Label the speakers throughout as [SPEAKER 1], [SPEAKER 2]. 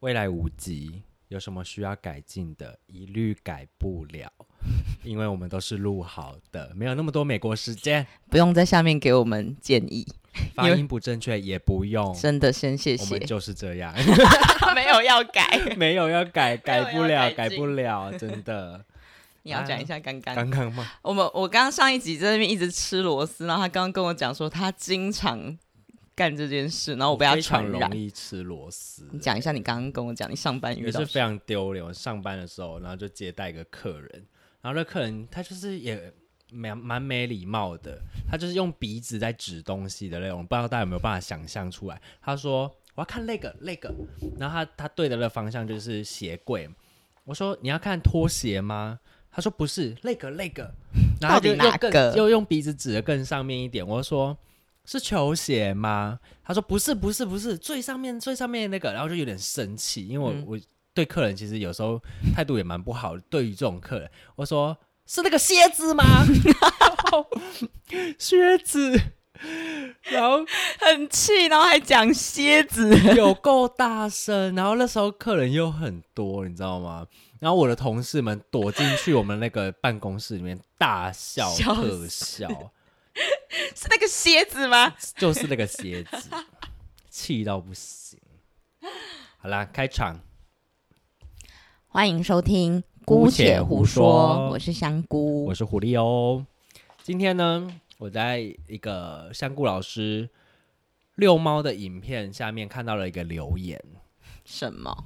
[SPEAKER 1] 未来五集有什么需要改进的，一律改不 了，因为我们都是录好的，没有那么多美国时间，
[SPEAKER 2] 不用在下面给我们建议，
[SPEAKER 1] 发音不正确也不用，
[SPEAKER 2] 真的先谢
[SPEAKER 1] 哦我
[SPEAKER 2] 谢
[SPEAKER 1] 们。 就是这 样，
[SPEAKER 2] 没有要 改，
[SPEAKER 1] 没有要改，改不了，改
[SPEAKER 2] 改进
[SPEAKER 1] 不了，真的。
[SPEAKER 2] 你要讲一下刚 刚。
[SPEAKER 1] 刚刚吗？
[SPEAKER 2] 我们我刚刚上一集在那边一直吃螺丝，然后他刚刚跟我讲说他经常干这件事，然后我被他
[SPEAKER 1] 非常
[SPEAKER 2] 传染
[SPEAKER 1] 容。易吃螺丝
[SPEAKER 2] 你，讲一下你刚刚跟我讲你上班遇
[SPEAKER 1] 也
[SPEAKER 2] 到
[SPEAKER 1] 是非常丢脸。我上班的时候，然后就接待一个客人，然后那客人他就是也蛮蛮没礼貌的，他就是用鼻子在指东西的那种，不知道大家有没有办法想象出来？他说我要看那个那个，然后他他对的那个方向就是鞋柜，我说你要看拖鞋吗？他说不是，那个那个， 然后他就
[SPEAKER 2] 到底
[SPEAKER 1] 又
[SPEAKER 2] 哪
[SPEAKER 1] 更
[SPEAKER 2] 个
[SPEAKER 1] 又用鼻子指的更上面一点，我就说。是球鞋吗？他说不是，不是，不是，最上面最上面那个，然后就有点生气，因为我、
[SPEAKER 2] 嗯
[SPEAKER 1] 我对客人其实有时候态度也蛮不好的。对于这种客人，我说是那个蝎子吗？ 然后靴子，然后
[SPEAKER 2] 很气，然后还讲蝎子，
[SPEAKER 1] 有够大声，然后那时候客人又很多，你知道吗？然后我的同事们躲进去我们那个办公室里面大笑
[SPEAKER 2] 笑死
[SPEAKER 1] 特笑，
[SPEAKER 2] 是那个蝎子吗？
[SPEAKER 1] 就是那个鞋子，气到不行。好啦，开场，
[SPEAKER 2] 欢迎收听《
[SPEAKER 1] 姑且胡说
[SPEAKER 2] 我是香菇。
[SPEAKER 1] 我是狐狸哦。今天呢，我在一个香菇老师遛猫的影片下面看到了一个留言，
[SPEAKER 2] 什么？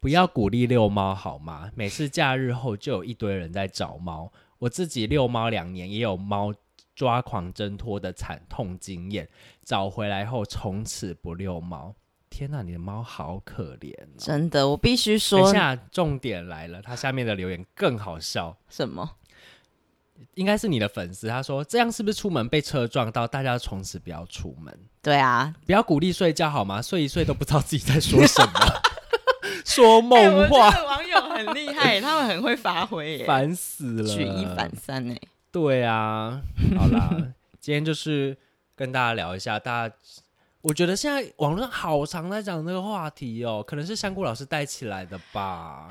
[SPEAKER 1] 不要鼓励遛猫好吗？每次假日后就有一堆人在找猫，我自己遛猫两年也有猫抓狂挣脱的惨痛经验，找回来后从此不遛猫。天呐、你的猫好可怜、哦！
[SPEAKER 2] 真的，我必须
[SPEAKER 1] 等一
[SPEAKER 2] 说
[SPEAKER 1] 下，重点来了，它下面的留言更好笑，
[SPEAKER 2] 什么？
[SPEAKER 1] 应该是你的粉丝，他说这样是不是出门被车撞到？大家从此不要出门，
[SPEAKER 2] 对啊，
[SPEAKER 1] 不要鼓励睡觉好吗？睡一睡都不知道自己在说什 么，说
[SPEAKER 2] 哎
[SPEAKER 1] 梦
[SPEAKER 2] 我
[SPEAKER 1] 话
[SPEAKER 2] 觉，得网友很厉 害，他们很会发挥耶，
[SPEAKER 1] 烦死了，
[SPEAKER 2] 举一反三欸呢。
[SPEAKER 1] 对啊，好 啦，今天就是跟大家聊一下，大家我觉得现在网络上好常在讲这个话题哦，可能是香菇老师带起来的吧。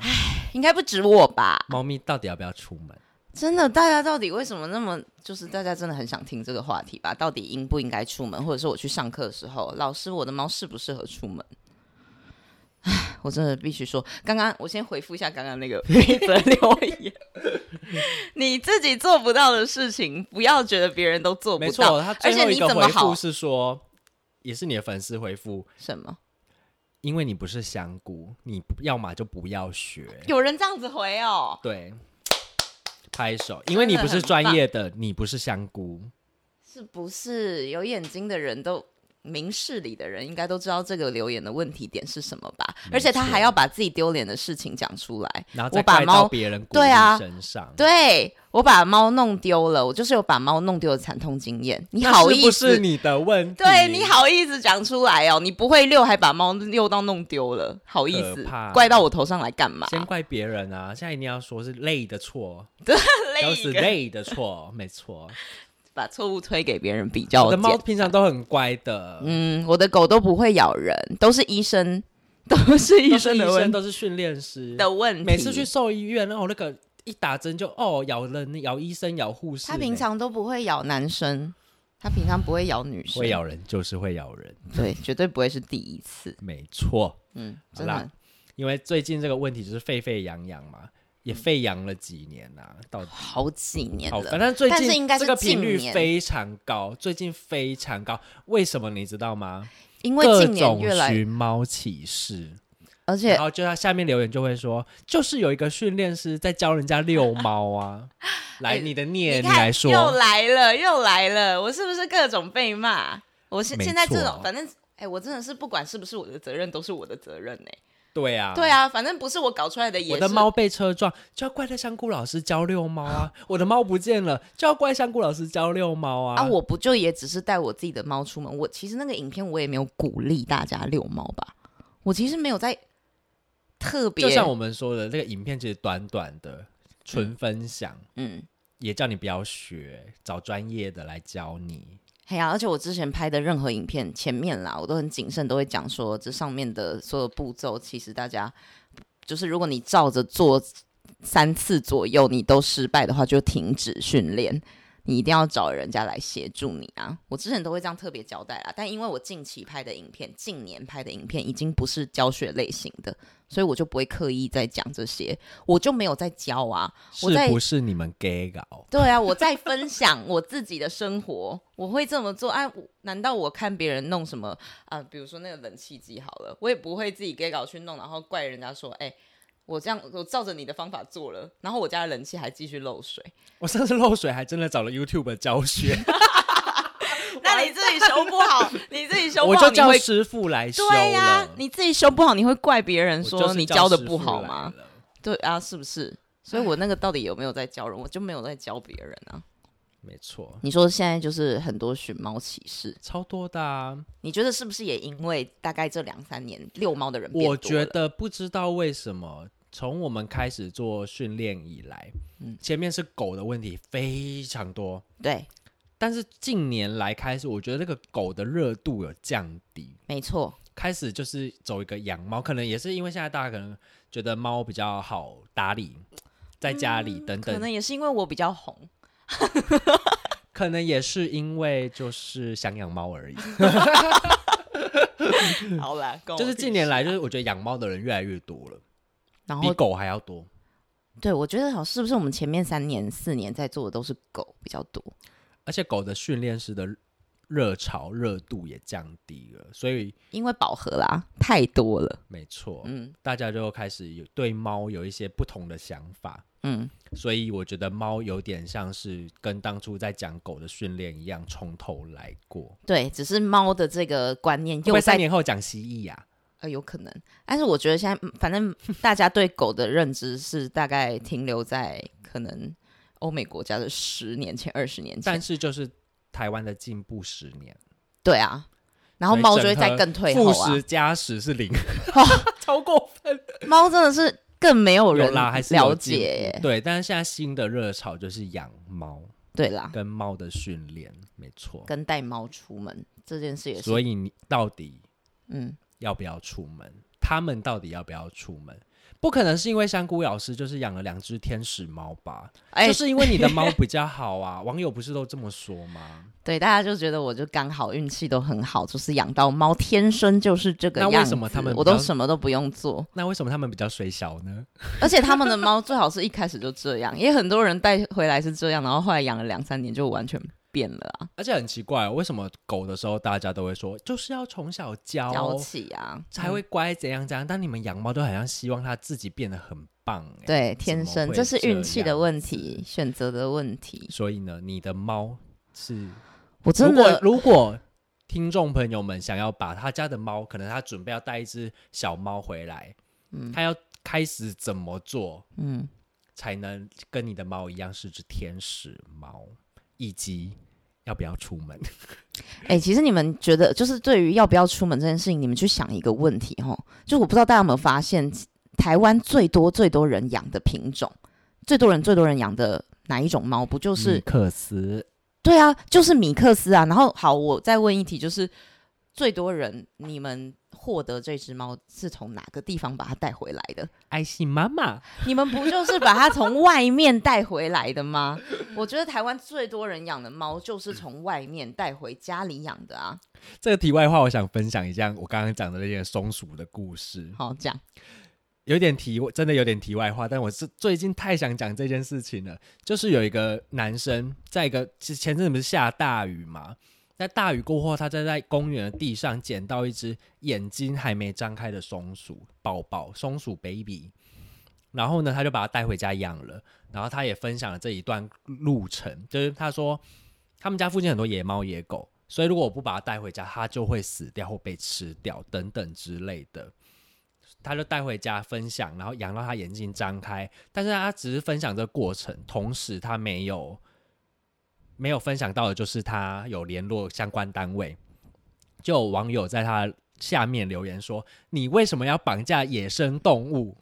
[SPEAKER 2] 应该不止我吧？
[SPEAKER 1] 猫咪到底要不要出门？
[SPEAKER 2] 真的，大家到底为什么那么就是大家真的很想听这个话题吧？到底应不应该出门，或者是我去上课的时候，老师我的猫适不适合出门？唉，我真的必须说，刚刚我先回复一下刚刚那个那则留 言，你自己做不到的事情，不要觉得别人都做
[SPEAKER 1] 没
[SPEAKER 2] 不到。
[SPEAKER 1] 错，他
[SPEAKER 2] 而
[SPEAKER 1] 最
[SPEAKER 2] 且
[SPEAKER 1] 后
[SPEAKER 2] 你
[SPEAKER 1] 一个
[SPEAKER 2] 怎么
[SPEAKER 1] 回
[SPEAKER 2] 好
[SPEAKER 1] 复是说，也是你的粉丝回复，
[SPEAKER 2] 什么？
[SPEAKER 1] 因为你不是香菇，你要么就不要学。
[SPEAKER 2] 有人这样子回哦？
[SPEAKER 1] 对，拍手，因为你不是专业的，你不是香菇。
[SPEAKER 2] 是不是有眼睛的人都明事理的人，应该都知道这个留言的问题点是什么吧？
[SPEAKER 1] 没
[SPEAKER 2] 而且他
[SPEAKER 1] 错
[SPEAKER 2] 还要把自己丢脸的事情讲出来。
[SPEAKER 1] 然后
[SPEAKER 2] 我
[SPEAKER 1] 再
[SPEAKER 2] 把
[SPEAKER 1] 怪到
[SPEAKER 2] 猫
[SPEAKER 1] 别人鼓
[SPEAKER 2] 对
[SPEAKER 1] 励
[SPEAKER 2] 啊
[SPEAKER 1] 身上，
[SPEAKER 2] 对我把猫弄丢了，我就是有把猫弄丢的惨痛经验。你
[SPEAKER 1] 那
[SPEAKER 2] 好
[SPEAKER 1] 是
[SPEAKER 2] 意
[SPEAKER 1] 不
[SPEAKER 2] 思？
[SPEAKER 1] 是你的问题？
[SPEAKER 2] 对你好意思讲出来哦？你不会遛还把猫遛到弄丢了，好意
[SPEAKER 1] 可
[SPEAKER 2] 思
[SPEAKER 1] 怕
[SPEAKER 2] 怪到我头上来干嘛？
[SPEAKER 1] 先怪别人啊！现在一定要说是累的错，
[SPEAKER 2] 累
[SPEAKER 1] 都
[SPEAKER 2] 一
[SPEAKER 1] 是
[SPEAKER 2] 个，
[SPEAKER 1] 累的 错，没错。
[SPEAKER 2] 把错误推给别人比较
[SPEAKER 1] 我的猫
[SPEAKER 2] 简
[SPEAKER 1] 平常都很乖的，
[SPEAKER 2] 嗯，我的狗都不会咬人，都是医生，都是
[SPEAKER 1] 都
[SPEAKER 2] 医
[SPEAKER 1] 是
[SPEAKER 2] 生
[SPEAKER 1] 医
[SPEAKER 2] 的问
[SPEAKER 1] 都是训练师，
[SPEAKER 2] 的问题。
[SPEAKER 1] 每次去兽医院，然后那个一打针就哦咬人，咬医生，咬护士呢。
[SPEAKER 2] 他平常都不会咬男生，他平常不会咬女生，
[SPEAKER 1] 欸会咬人就是会咬人，
[SPEAKER 2] 对，绝对不会是第一次。
[SPEAKER 1] 没错。
[SPEAKER 2] 嗯，
[SPEAKER 1] 好
[SPEAKER 2] 真
[SPEAKER 1] 啦
[SPEAKER 2] 的
[SPEAKER 1] 因为最近这个问题就是沸沸扬扬嘛，也沸扬了几年呐、到底。
[SPEAKER 2] 好几年
[SPEAKER 1] 好，
[SPEAKER 2] 了
[SPEAKER 1] 反。正最
[SPEAKER 2] 但是
[SPEAKER 1] 近
[SPEAKER 2] 应该
[SPEAKER 1] 这
[SPEAKER 2] 是
[SPEAKER 1] 个频率
[SPEAKER 2] 近年
[SPEAKER 1] 非常高，最近非常高，为什么你知道吗？
[SPEAKER 2] 因为
[SPEAKER 1] 各
[SPEAKER 2] 近年
[SPEAKER 1] 种
[SPEAKER 2] 越来，
[SPEAKER 1] 寻猫启事，
[SPEAKER 2] 而且
[SPEAKER 1] 然后就他下面留言就会说，就是有一个训练师在教人家遛猫 啊，来
[SPEAKER 2] 哎
[SPEAKER 1] 你的孽
[SPEAKER 2] 你
[SPEAKER 1] 你
[SPEAKER 2] 看
[SPEAKER 1] 来说，
[SPEAKER 2] 又来了，又来了，我是不是各种被骂？我现
[SPEAKER 1] 没
[SPEAKER 2] 现在这种
[SPEAKER 1] 错，
[SPEAKER 2] 反正哎、我真的是不管是不是我的责任，都是我的责任哎、
[SPEAKER 1] 对啊，
[SPEAKER 2] 对。啊，反正不是我搞出来的，也
[SPEAKER 1] 我
[SPEAKER 2] 是
[SPEAKER 1] 的猫被车撞，就要怪那香菇老师教遛猫啊！我的猫不见了，就要怪香菇老师教遛猫啊！
[SPEAKER 2] 啊，我不就也只是带我自己的猫出门？我其实那个影片我也没有鼓励大家遛猫吧，我其实没有在特别，
[SPEAKER 1] 就像我们说的，那个影片其实短短的，纯分享，
[SPEAKER 2] 嗯，
[SPEAKER 1] 也叫你不要学，找专业的来教你。
[SPEAKER 2] 哎呀、而且我之前拍的任何影片前面啦，我都很谨慎，都会讲说这上面的所有步骤，其实大家就是如果你照着做三次左右，你都失败的话，就停止训练。你一定要找人家来协助你啊！我之前都会这样特别交代啦，但因为我近期拍的影片、近年拍的影片已经不是教学类型的，所以我就不会刻意再讲这些，我就没有在教啊。我在
[SPEAKER 1] 是不是你们 gay 搞？
[SPEAKER 2] 对啊，我在分享我自己的生活，我会这么做。哎、我难道我看别人弄什么啊、比如说那个冷气机好了，我也不会自己给搞去弄，然后怪人家说，哎、我这样我照着你的方法做了，然后我家的冷气还继续漏 水，
[SPEAKER 1] 我上次漏水还真的找了 YouTube 教学，
[SPEAKER 2] 那你自己修不 好，你自己修不
[SPEAKER 1] 我
[SPEAKER 2] 好，
[SPEAKER 1] 就
[SPEAKER 2] 你
[SPEAKER 1] 叫
[SPEAKER 2] 会
[SPEAKER 1] 师傅来修
[SPEAKER 2] 对呀、
[SPEAKER 1] 了。
[SPEAKER 2] 你自己修不好，你会怪别人
[SPEAKER 1] 我
[SPEAKER 2] 说
[SPEAKER 1] 就是
[SPEAKER 2] 你
[SPEAKER 1] 叫
[SPEAKER 2] 教的
[SPEAKER 1] 师
[SPEAKER 2] 不
[SPEAKER 1] 傅
[SPEAKER 2] 好
[SPEAKER 1] 来
[SPEAKER 2] 吗？
[SPEAKER 1] 了？
[SPEAKER 2] 对啊，是不是？所以我那个到底有没有在教人？我就没有在教别人啊。
[SPEAKER 1] 没错，
[SPEAKER 2] 你说现在就是很多寻猫启事，
[SPEAKER 1] 超多的、啊。
[SPEAKER 2] 你觉得是不是也因为大概这两三年遛猫的人变多
[SPEAKER 1] 我
[SPEAKER 2] 了
[SPEAKER 1] 觉得不知道为什么，从我们开始做训练以来，
[SPEAKER 2] 嗯
[SPEAKER 1] 前面是狗的问题非常多，
[SPEAKER 2] 对，
[SPEAKER 1] 但是近年来开始，我觉得那个狗的热度有降低，
[SPEAKER 2] 没错，
[SPEAKER 1] 开始就是走一个养猫，可能也是因为现在大家可能觉得猫比较好打理，在家里等等，
[SPEAKER 2] 嗯可能也是因为我比较红，
[SPEAKER 1] 可能也是因为就是想养猫而已。
[SPEAKER 2] 好 啦，跟
[SPEAKER 1] 嗯
[SPEAKER 2] 我
[SPEAKER 1] 就是
[SPEAKER 2] 屁
[SPEAKER 1] 近年
[SPEAKER 2] 事
[SPEAKER 1] 来，就是我觉得养猫的人越来越多了，
[SPEAKER 2] 然
[SPEAKER 1] 比
[SPEAKER 2] 后
[SPEAKER 1] 狗还要多。
[SPEAKER 2] 对我觉得好，是不是我们前面三年四年在做的都是狗比较多？
[SPEAKER 1] 而且狗的训练师的热潮热度也降低了，所以
[SPEAKER 2] 因为饱和啦，太多了，
[SPEAKER 1] 没错，
[SPEAKER 2] 嗯
[SPEAKER 1] 大家就开始有对猫有一些不同的想法。
[SPEAKER 2] 嗯，
[SPEAKER 1] 所以我觉得猫有点像是跟当初在讲狗的训练一样，从头来过。
[SPEAKER 2] 对，只是猫的这个观念
[SPEAKER 1] 因
[SPEAKER 2] 又
[SPEAKER 1] 为三
[SPEAKER 2] 在
[SPEAKER 1] 年后讲蜥蜴啊呀、
[SPEAKER 2] 呃，有可能。但是我觉得现在，嗯反正大家对狗的认知是大概停留在可能欧美国家的十年前、二十年
[SPEAKER 1] 但
[SPEAKER 2] 前。
[SPEAKER 1] 是就是台湾的进步十年，
[SPEAKER 2] 对啊，然后猫就会再更退后
[SPEAKER 1] 负
[SPEAKER 2] 啊
[SPEAKER 1] 十。加十 是零，超过
[SPEAKER 2] 猫真的是更没有
[SPEAKER 1] 有
[SPEAKER 2] 人
[SPEAKER 1] 啦，还是有
[SPEAKER 2] 了
[SPEAKER 1] 进
[SPEAKER 2] 解
[SPEAKER 1] 步
[SPEAKER 2] 耶。
[SPEAKER 1] 对，但是现在新的热潮就是养猫
[SPEAKER 2] 对啦，
[SPEAKER 1] 跟猫的训练，没错。
[SPEAKER 2] 跟带猫出门这件事也是，
[SPEAKER 1] 所以你到底
[SPEAKER 2] 嗯，
[SPEAKER 1] 要不要出门？他们到底要不要出门？不可能是因为香菇老师就是养了两只天使猫吧？
[SPEAKER 2] 哎、
[SPEAKER 1] 就是因为你的 猫比较好啊，网友不是都这么说吗？
[SPEAKER 2] 对，大家就觉得我就刚好运气都很好，就是养到猫天生就是这个
[SPEAKER 1] 那
[SPEAKER 2] 样
[SPEAKER 1] 为
[SPEAKER 2] 子。
[SPEAKER 1] 什么他们
[SPEAKER 2] 我
[SPEAKER 1] 比较
[SPEAKER 2] 都什么都不用做？
[SPEAKER 1] 那为什么他们比较水小呢？
[SPEAKER 2] 而且他们的猫最好是一开始就这样，也很多人带回来是这样，然后后来养了两三年就完全变了啊，
[SPEAKER 1] 而且很奇怪、哦为什么狗的时候大家都会说就是要从小教哦
[SPEAKER 2] 娇气啊，
[SPEAKER 1] 才会乖怎样怎样，但你们养猫都好像希望它自己变得很棒、欸，
[SPEAKER 2] 对天
[SPEAKER 1] 怎
[SPEAKER 2] 生，
[SPEAKER 1] 么会
[SPEAKER 2] 这是运气的问
[SPEAKER 1] 这
[SPEAKER 2] 题，选择的问题。
[SPEAKER 1] 所以呢，你的猫是
[SPEAKER 2] 我真
[SPEAKER 1] 如果
[SPEAKER 2] 的
[SPEAKER 1] 如果听众朋友们想要把他家的猫，可能他准备要带一只小猫回来，他要开始怎么做
[SPEAKER 2] 嗯，
[SPEAKER 1] 才能跟你的猫一样是只天使猫，以及要不要出门？
[SPEAKER 2] 哎、其实你们觉得，就是对于要不要出门这件事情，你们去想一个问题哈，就我不知道大家有没有发现，台湾最多最多人养的品种，最多人最多人养的哪一种猫，不就
[SPEAKER 1] 不
[SPEAKER 2] 是
[SPEAKER 1] 克斯，
[SPEAKER 2] 对啊，就是米克斯啊。然后好，我再问一题，就是最多人你们获得这只猫是从哪个地方把它带回来的？
[SPEAKER 1] 爱心妈妈，
[SPEAKER 2] 你们不就是把它从外面带回来的吗？我觉得台湾最多人养的猫就是从外面带回家里养的啊。
[SPEAKER 1] 这个题外话，我想分享一下我刚刚讲的那件松鼠的故事，
[SPEAKER 2] 好，这样
[SPEAKER 1] 有点题，真的有点题外话，但我是最近太想讲这件事情了。就是有一个男生，在一个其实前阵子不是下大雨嘛，在大雨过后，他在在公园的地上捡到一只眼睛还没张开的松鼠宝宝，松鼠 baby。然后呢，他就把它带回家养了。然后他也分享了这一段路程，就是他说他们家附近很多野猫野狗，所以如果我不把它带回家，它就会死掉或被吃掉等等之类的。他就带回家分享，然后养到他眼睛张开，但是他只是分享这个过程，同时他没有没有分享到的就是他有联络相关单位，就有网友在他下面留言说：“你为什么要绑架野生动物？”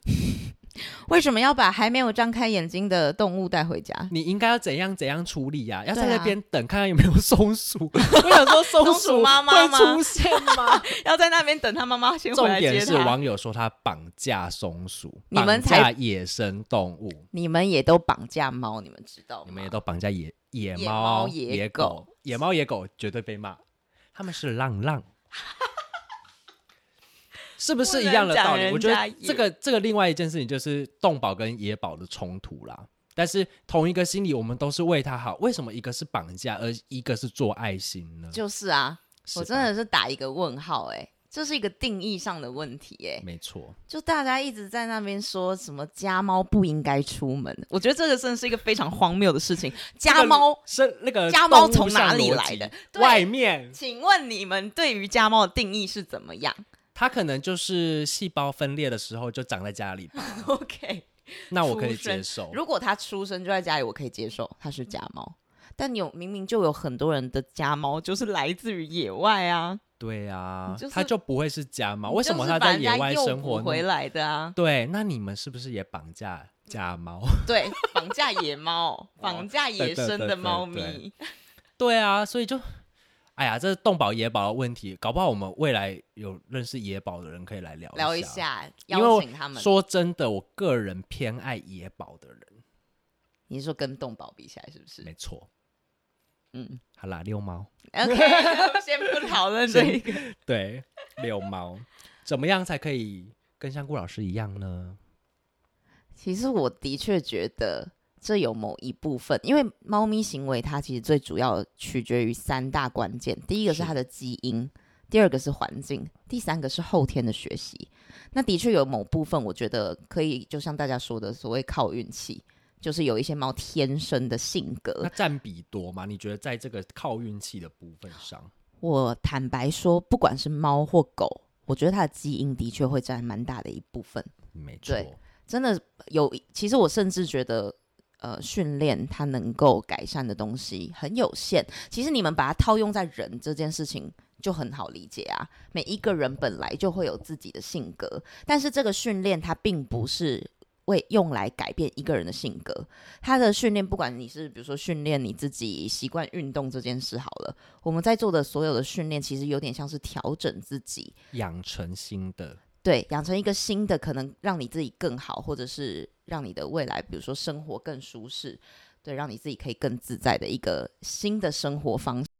[SPEAKER 2] 为什么要把还没有张开眼睛的动物带回家？
[SPEAKER 1] 你应该要怎样怎样处理呀、要
[SPEAKER 2] 对啊
[SPEAKER 1] 在那边等看看有没有松鼠。我想说松
[SPEAKER 2] 松鼠妈妈
[SPEAKER 1] 会
[SPEAKER 2] 吗
[SPEAKER 1] 出现吗？
[SPEAKER 2] 要在那边等他妈妈先回
[SPEAKER 1] 重
[SPEAKER 2] 来
[SPEAKER 1] 点
[SPEAKER 2] 接
[SPEAKER 1] 是
[SPEAKER 2] 他。
[SPEAKER 1] 网友说他绑架松鼠，
[SPEAKER 2] 你
[SPEAKER 1] 绑
[SPEAKER 2] 们
[SPEAKER 1] 架
[SPEAKER 2] 才
[SPEAKER 1] 野生动物，
[SPEAKER 2] 你们也都绑架猫，你们知道吗？
[SPEAKER 1] 你们也都绑架野野
[SPEAKER 2] 野
[SPEAKER 1] 猫、
[SPEAKER 2] 猫野
[SPEAKER 1] 野
[SPEAKER 2] 狗
[SPEAKER 1] 狗、野猫、野狗，绝对被骂。他们是浪浪，是不是一样的道理？我
[SPEAKER 2] 不能讲
[SPEAKER 1] 觉得
[SPEAKER 2] 人家野
[SPEAKER 1] 这个这个另外一件事情就是动保跟野保的冲突啦。但是同一个心理，我们都是为他好，为什么一个是绑架，而一个是做爱心呢？
[SPEAKER 2] 就是啊，
[SPEAKER 1] 是
[SPEAKER 2] 我
[SPEAKER 1] 吧
[SPEAKER 2] 真的是打一个问号哎、这是一个定义上的问题哎、
[SPEAKER 1] 没错，
[SPEAKER 2] 就大家一直在那边说什么家猫不应该出门，我觉得这个真的是一个非常荒谬的事情。家猫，
[SPEAKER 1] 这个是那个
[SPEAKER 2] 家猫
[SPEAKER 1] 动物
[SPEAKER 2] 从哪
[SPEAKER 1] 上
[SPEAKER 2] 里
[SPEAKER 1] 逻
[SPEAKER 2] 来
[SPEAKER 1] 辑
[SPEAKER 2] 的？对
[SPEAKER 1] 外面
[SPEAKER 2] 请问你们对于家猫的定义是怎么样
[SPEAKER 1] 它可能就是细胞分裂的时候就长在家里吧，
[SPEAKER 2] ？OK，
[SPEAKER 1] 那我可以
[SPEAKER 2] 出生
[SPEAKER 1] 接受。
[SPEAKER 2] 如果它出生就在家里，我可以接受它是家猫。但有明明就有很多人的家猫就是来自于野外啊，
[SPEAKER 1] 对啊
[SPEAKER 2] 你就，是
[SPEAKER 1] 它就不会是家猫。为什么
[SPEAKER 2] 就
[SPEAKER 1] 它
[SPEAKER 2] 是把
[SPEAKER 1] 在
[SPEAKER 2] 人
[SPEAKER 1] 野
[SPEAKER 2] 家
[SPEAKER 1] 外
[SPEAKER 2] 诱
[SPEAKER 1] 生
[SPEAKER 2] 捕
[SPEAKER 1] 活
[SPEAKER 2] 回
[SPEAKER 1] 呢？
[SPEAKER 2] 来嗯的啊？
[SPEAKER 1] 对，那你们是不是也绑架家猫？
[SPEAKER 2] 对，绑架野猫，绑架野
[SPEAKER 1] 对对
[SPEAKER 2] 生
[SPEAKER 1] 对对
[SPEAKER 2] 的猫
[SPEAKER 1] 哦对
[SPEAKER 2] 咪，
[SPEAKER 1] 对啊，所以就，哎呀，这是动保野保的问题，搞不好我们未来有认识野保的人可以来聊
[SPEAKER 2] 聊一
[SPEAKER 1] 一。
[SPEAKER 2] 下，
[SPEAKER 1] 因为
[SPEAKER 2] 邀
[SPEAKER 1] 我
[SPEAKER 2] 请他们。
[SPEAKER 1] 说真的，我个人偏爱野保的人，
[SPEAKER 2] 你是说跟动保比起来，是不 是？
[SPEAKER 1] 没错。
[SPEAKER 2] 嗯
[SPEAKER 1] 好啦，遛猫，
[SPEAKER 2] ，OK，先不讨论这一个。
[SPEAKER 1] 对，遛猫，怎么样才可以跟香菇老师一样呢？
[SPEAKER 2] 呃其实我的确觉得这有某一部分，因为猫咪行为它其实最主要取决于三大关键，第一个是
[SPEAKER 1] 是
[SPEAKER 2] 它的基因，第二个是环境，第三个是后天的学习。那的确有某部分，我觉得可以，就像大家说的，所谓靠运气，就是有一些猫天生的性
[SPEAKER 1] 那
[SPEAKER 2] 格。
[SPEAKER 1] 占比多吗？你觉得在这个靠运气的部分上，
[SPEAKER 2] 我坦白说，不管是猫或狗，我觉得它的基因的确会占蛮大的一部分。
[SPEAKER 1] 没错
[SPEAKER 2] 对，真的有，其实我甚至觉得，呃，训练它能够改善的东西很有限。其实你们把它套用在人这件事情就很好理解啊。每一个人本来就会有自己的性格，但是这个训练它并不是。为用来改变一个人的性格，它的训练，不管你是比如说训练你自己习惯运动这件事好了，我们在做的所有的训练，其实有点像是调整自己，
[SPEAKER 1] 养成新的
[SPEAKER 2] 对，养成一个新的，可能让你自己更好，或者是让你的未来，比如说生活更舒适，对，让你自己可以更自在的一个新的生活方式。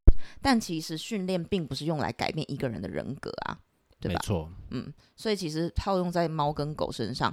[SPEAKER 2] 但其实训练并不是用来改变一个人的人格啊，对
[SPEAKER 1] 没
[SPEAKER 2] 吧？
[SPEAKER 1] 错，
[SPEAKER 2] 嗯，所以其实套用在猫跟狗身上，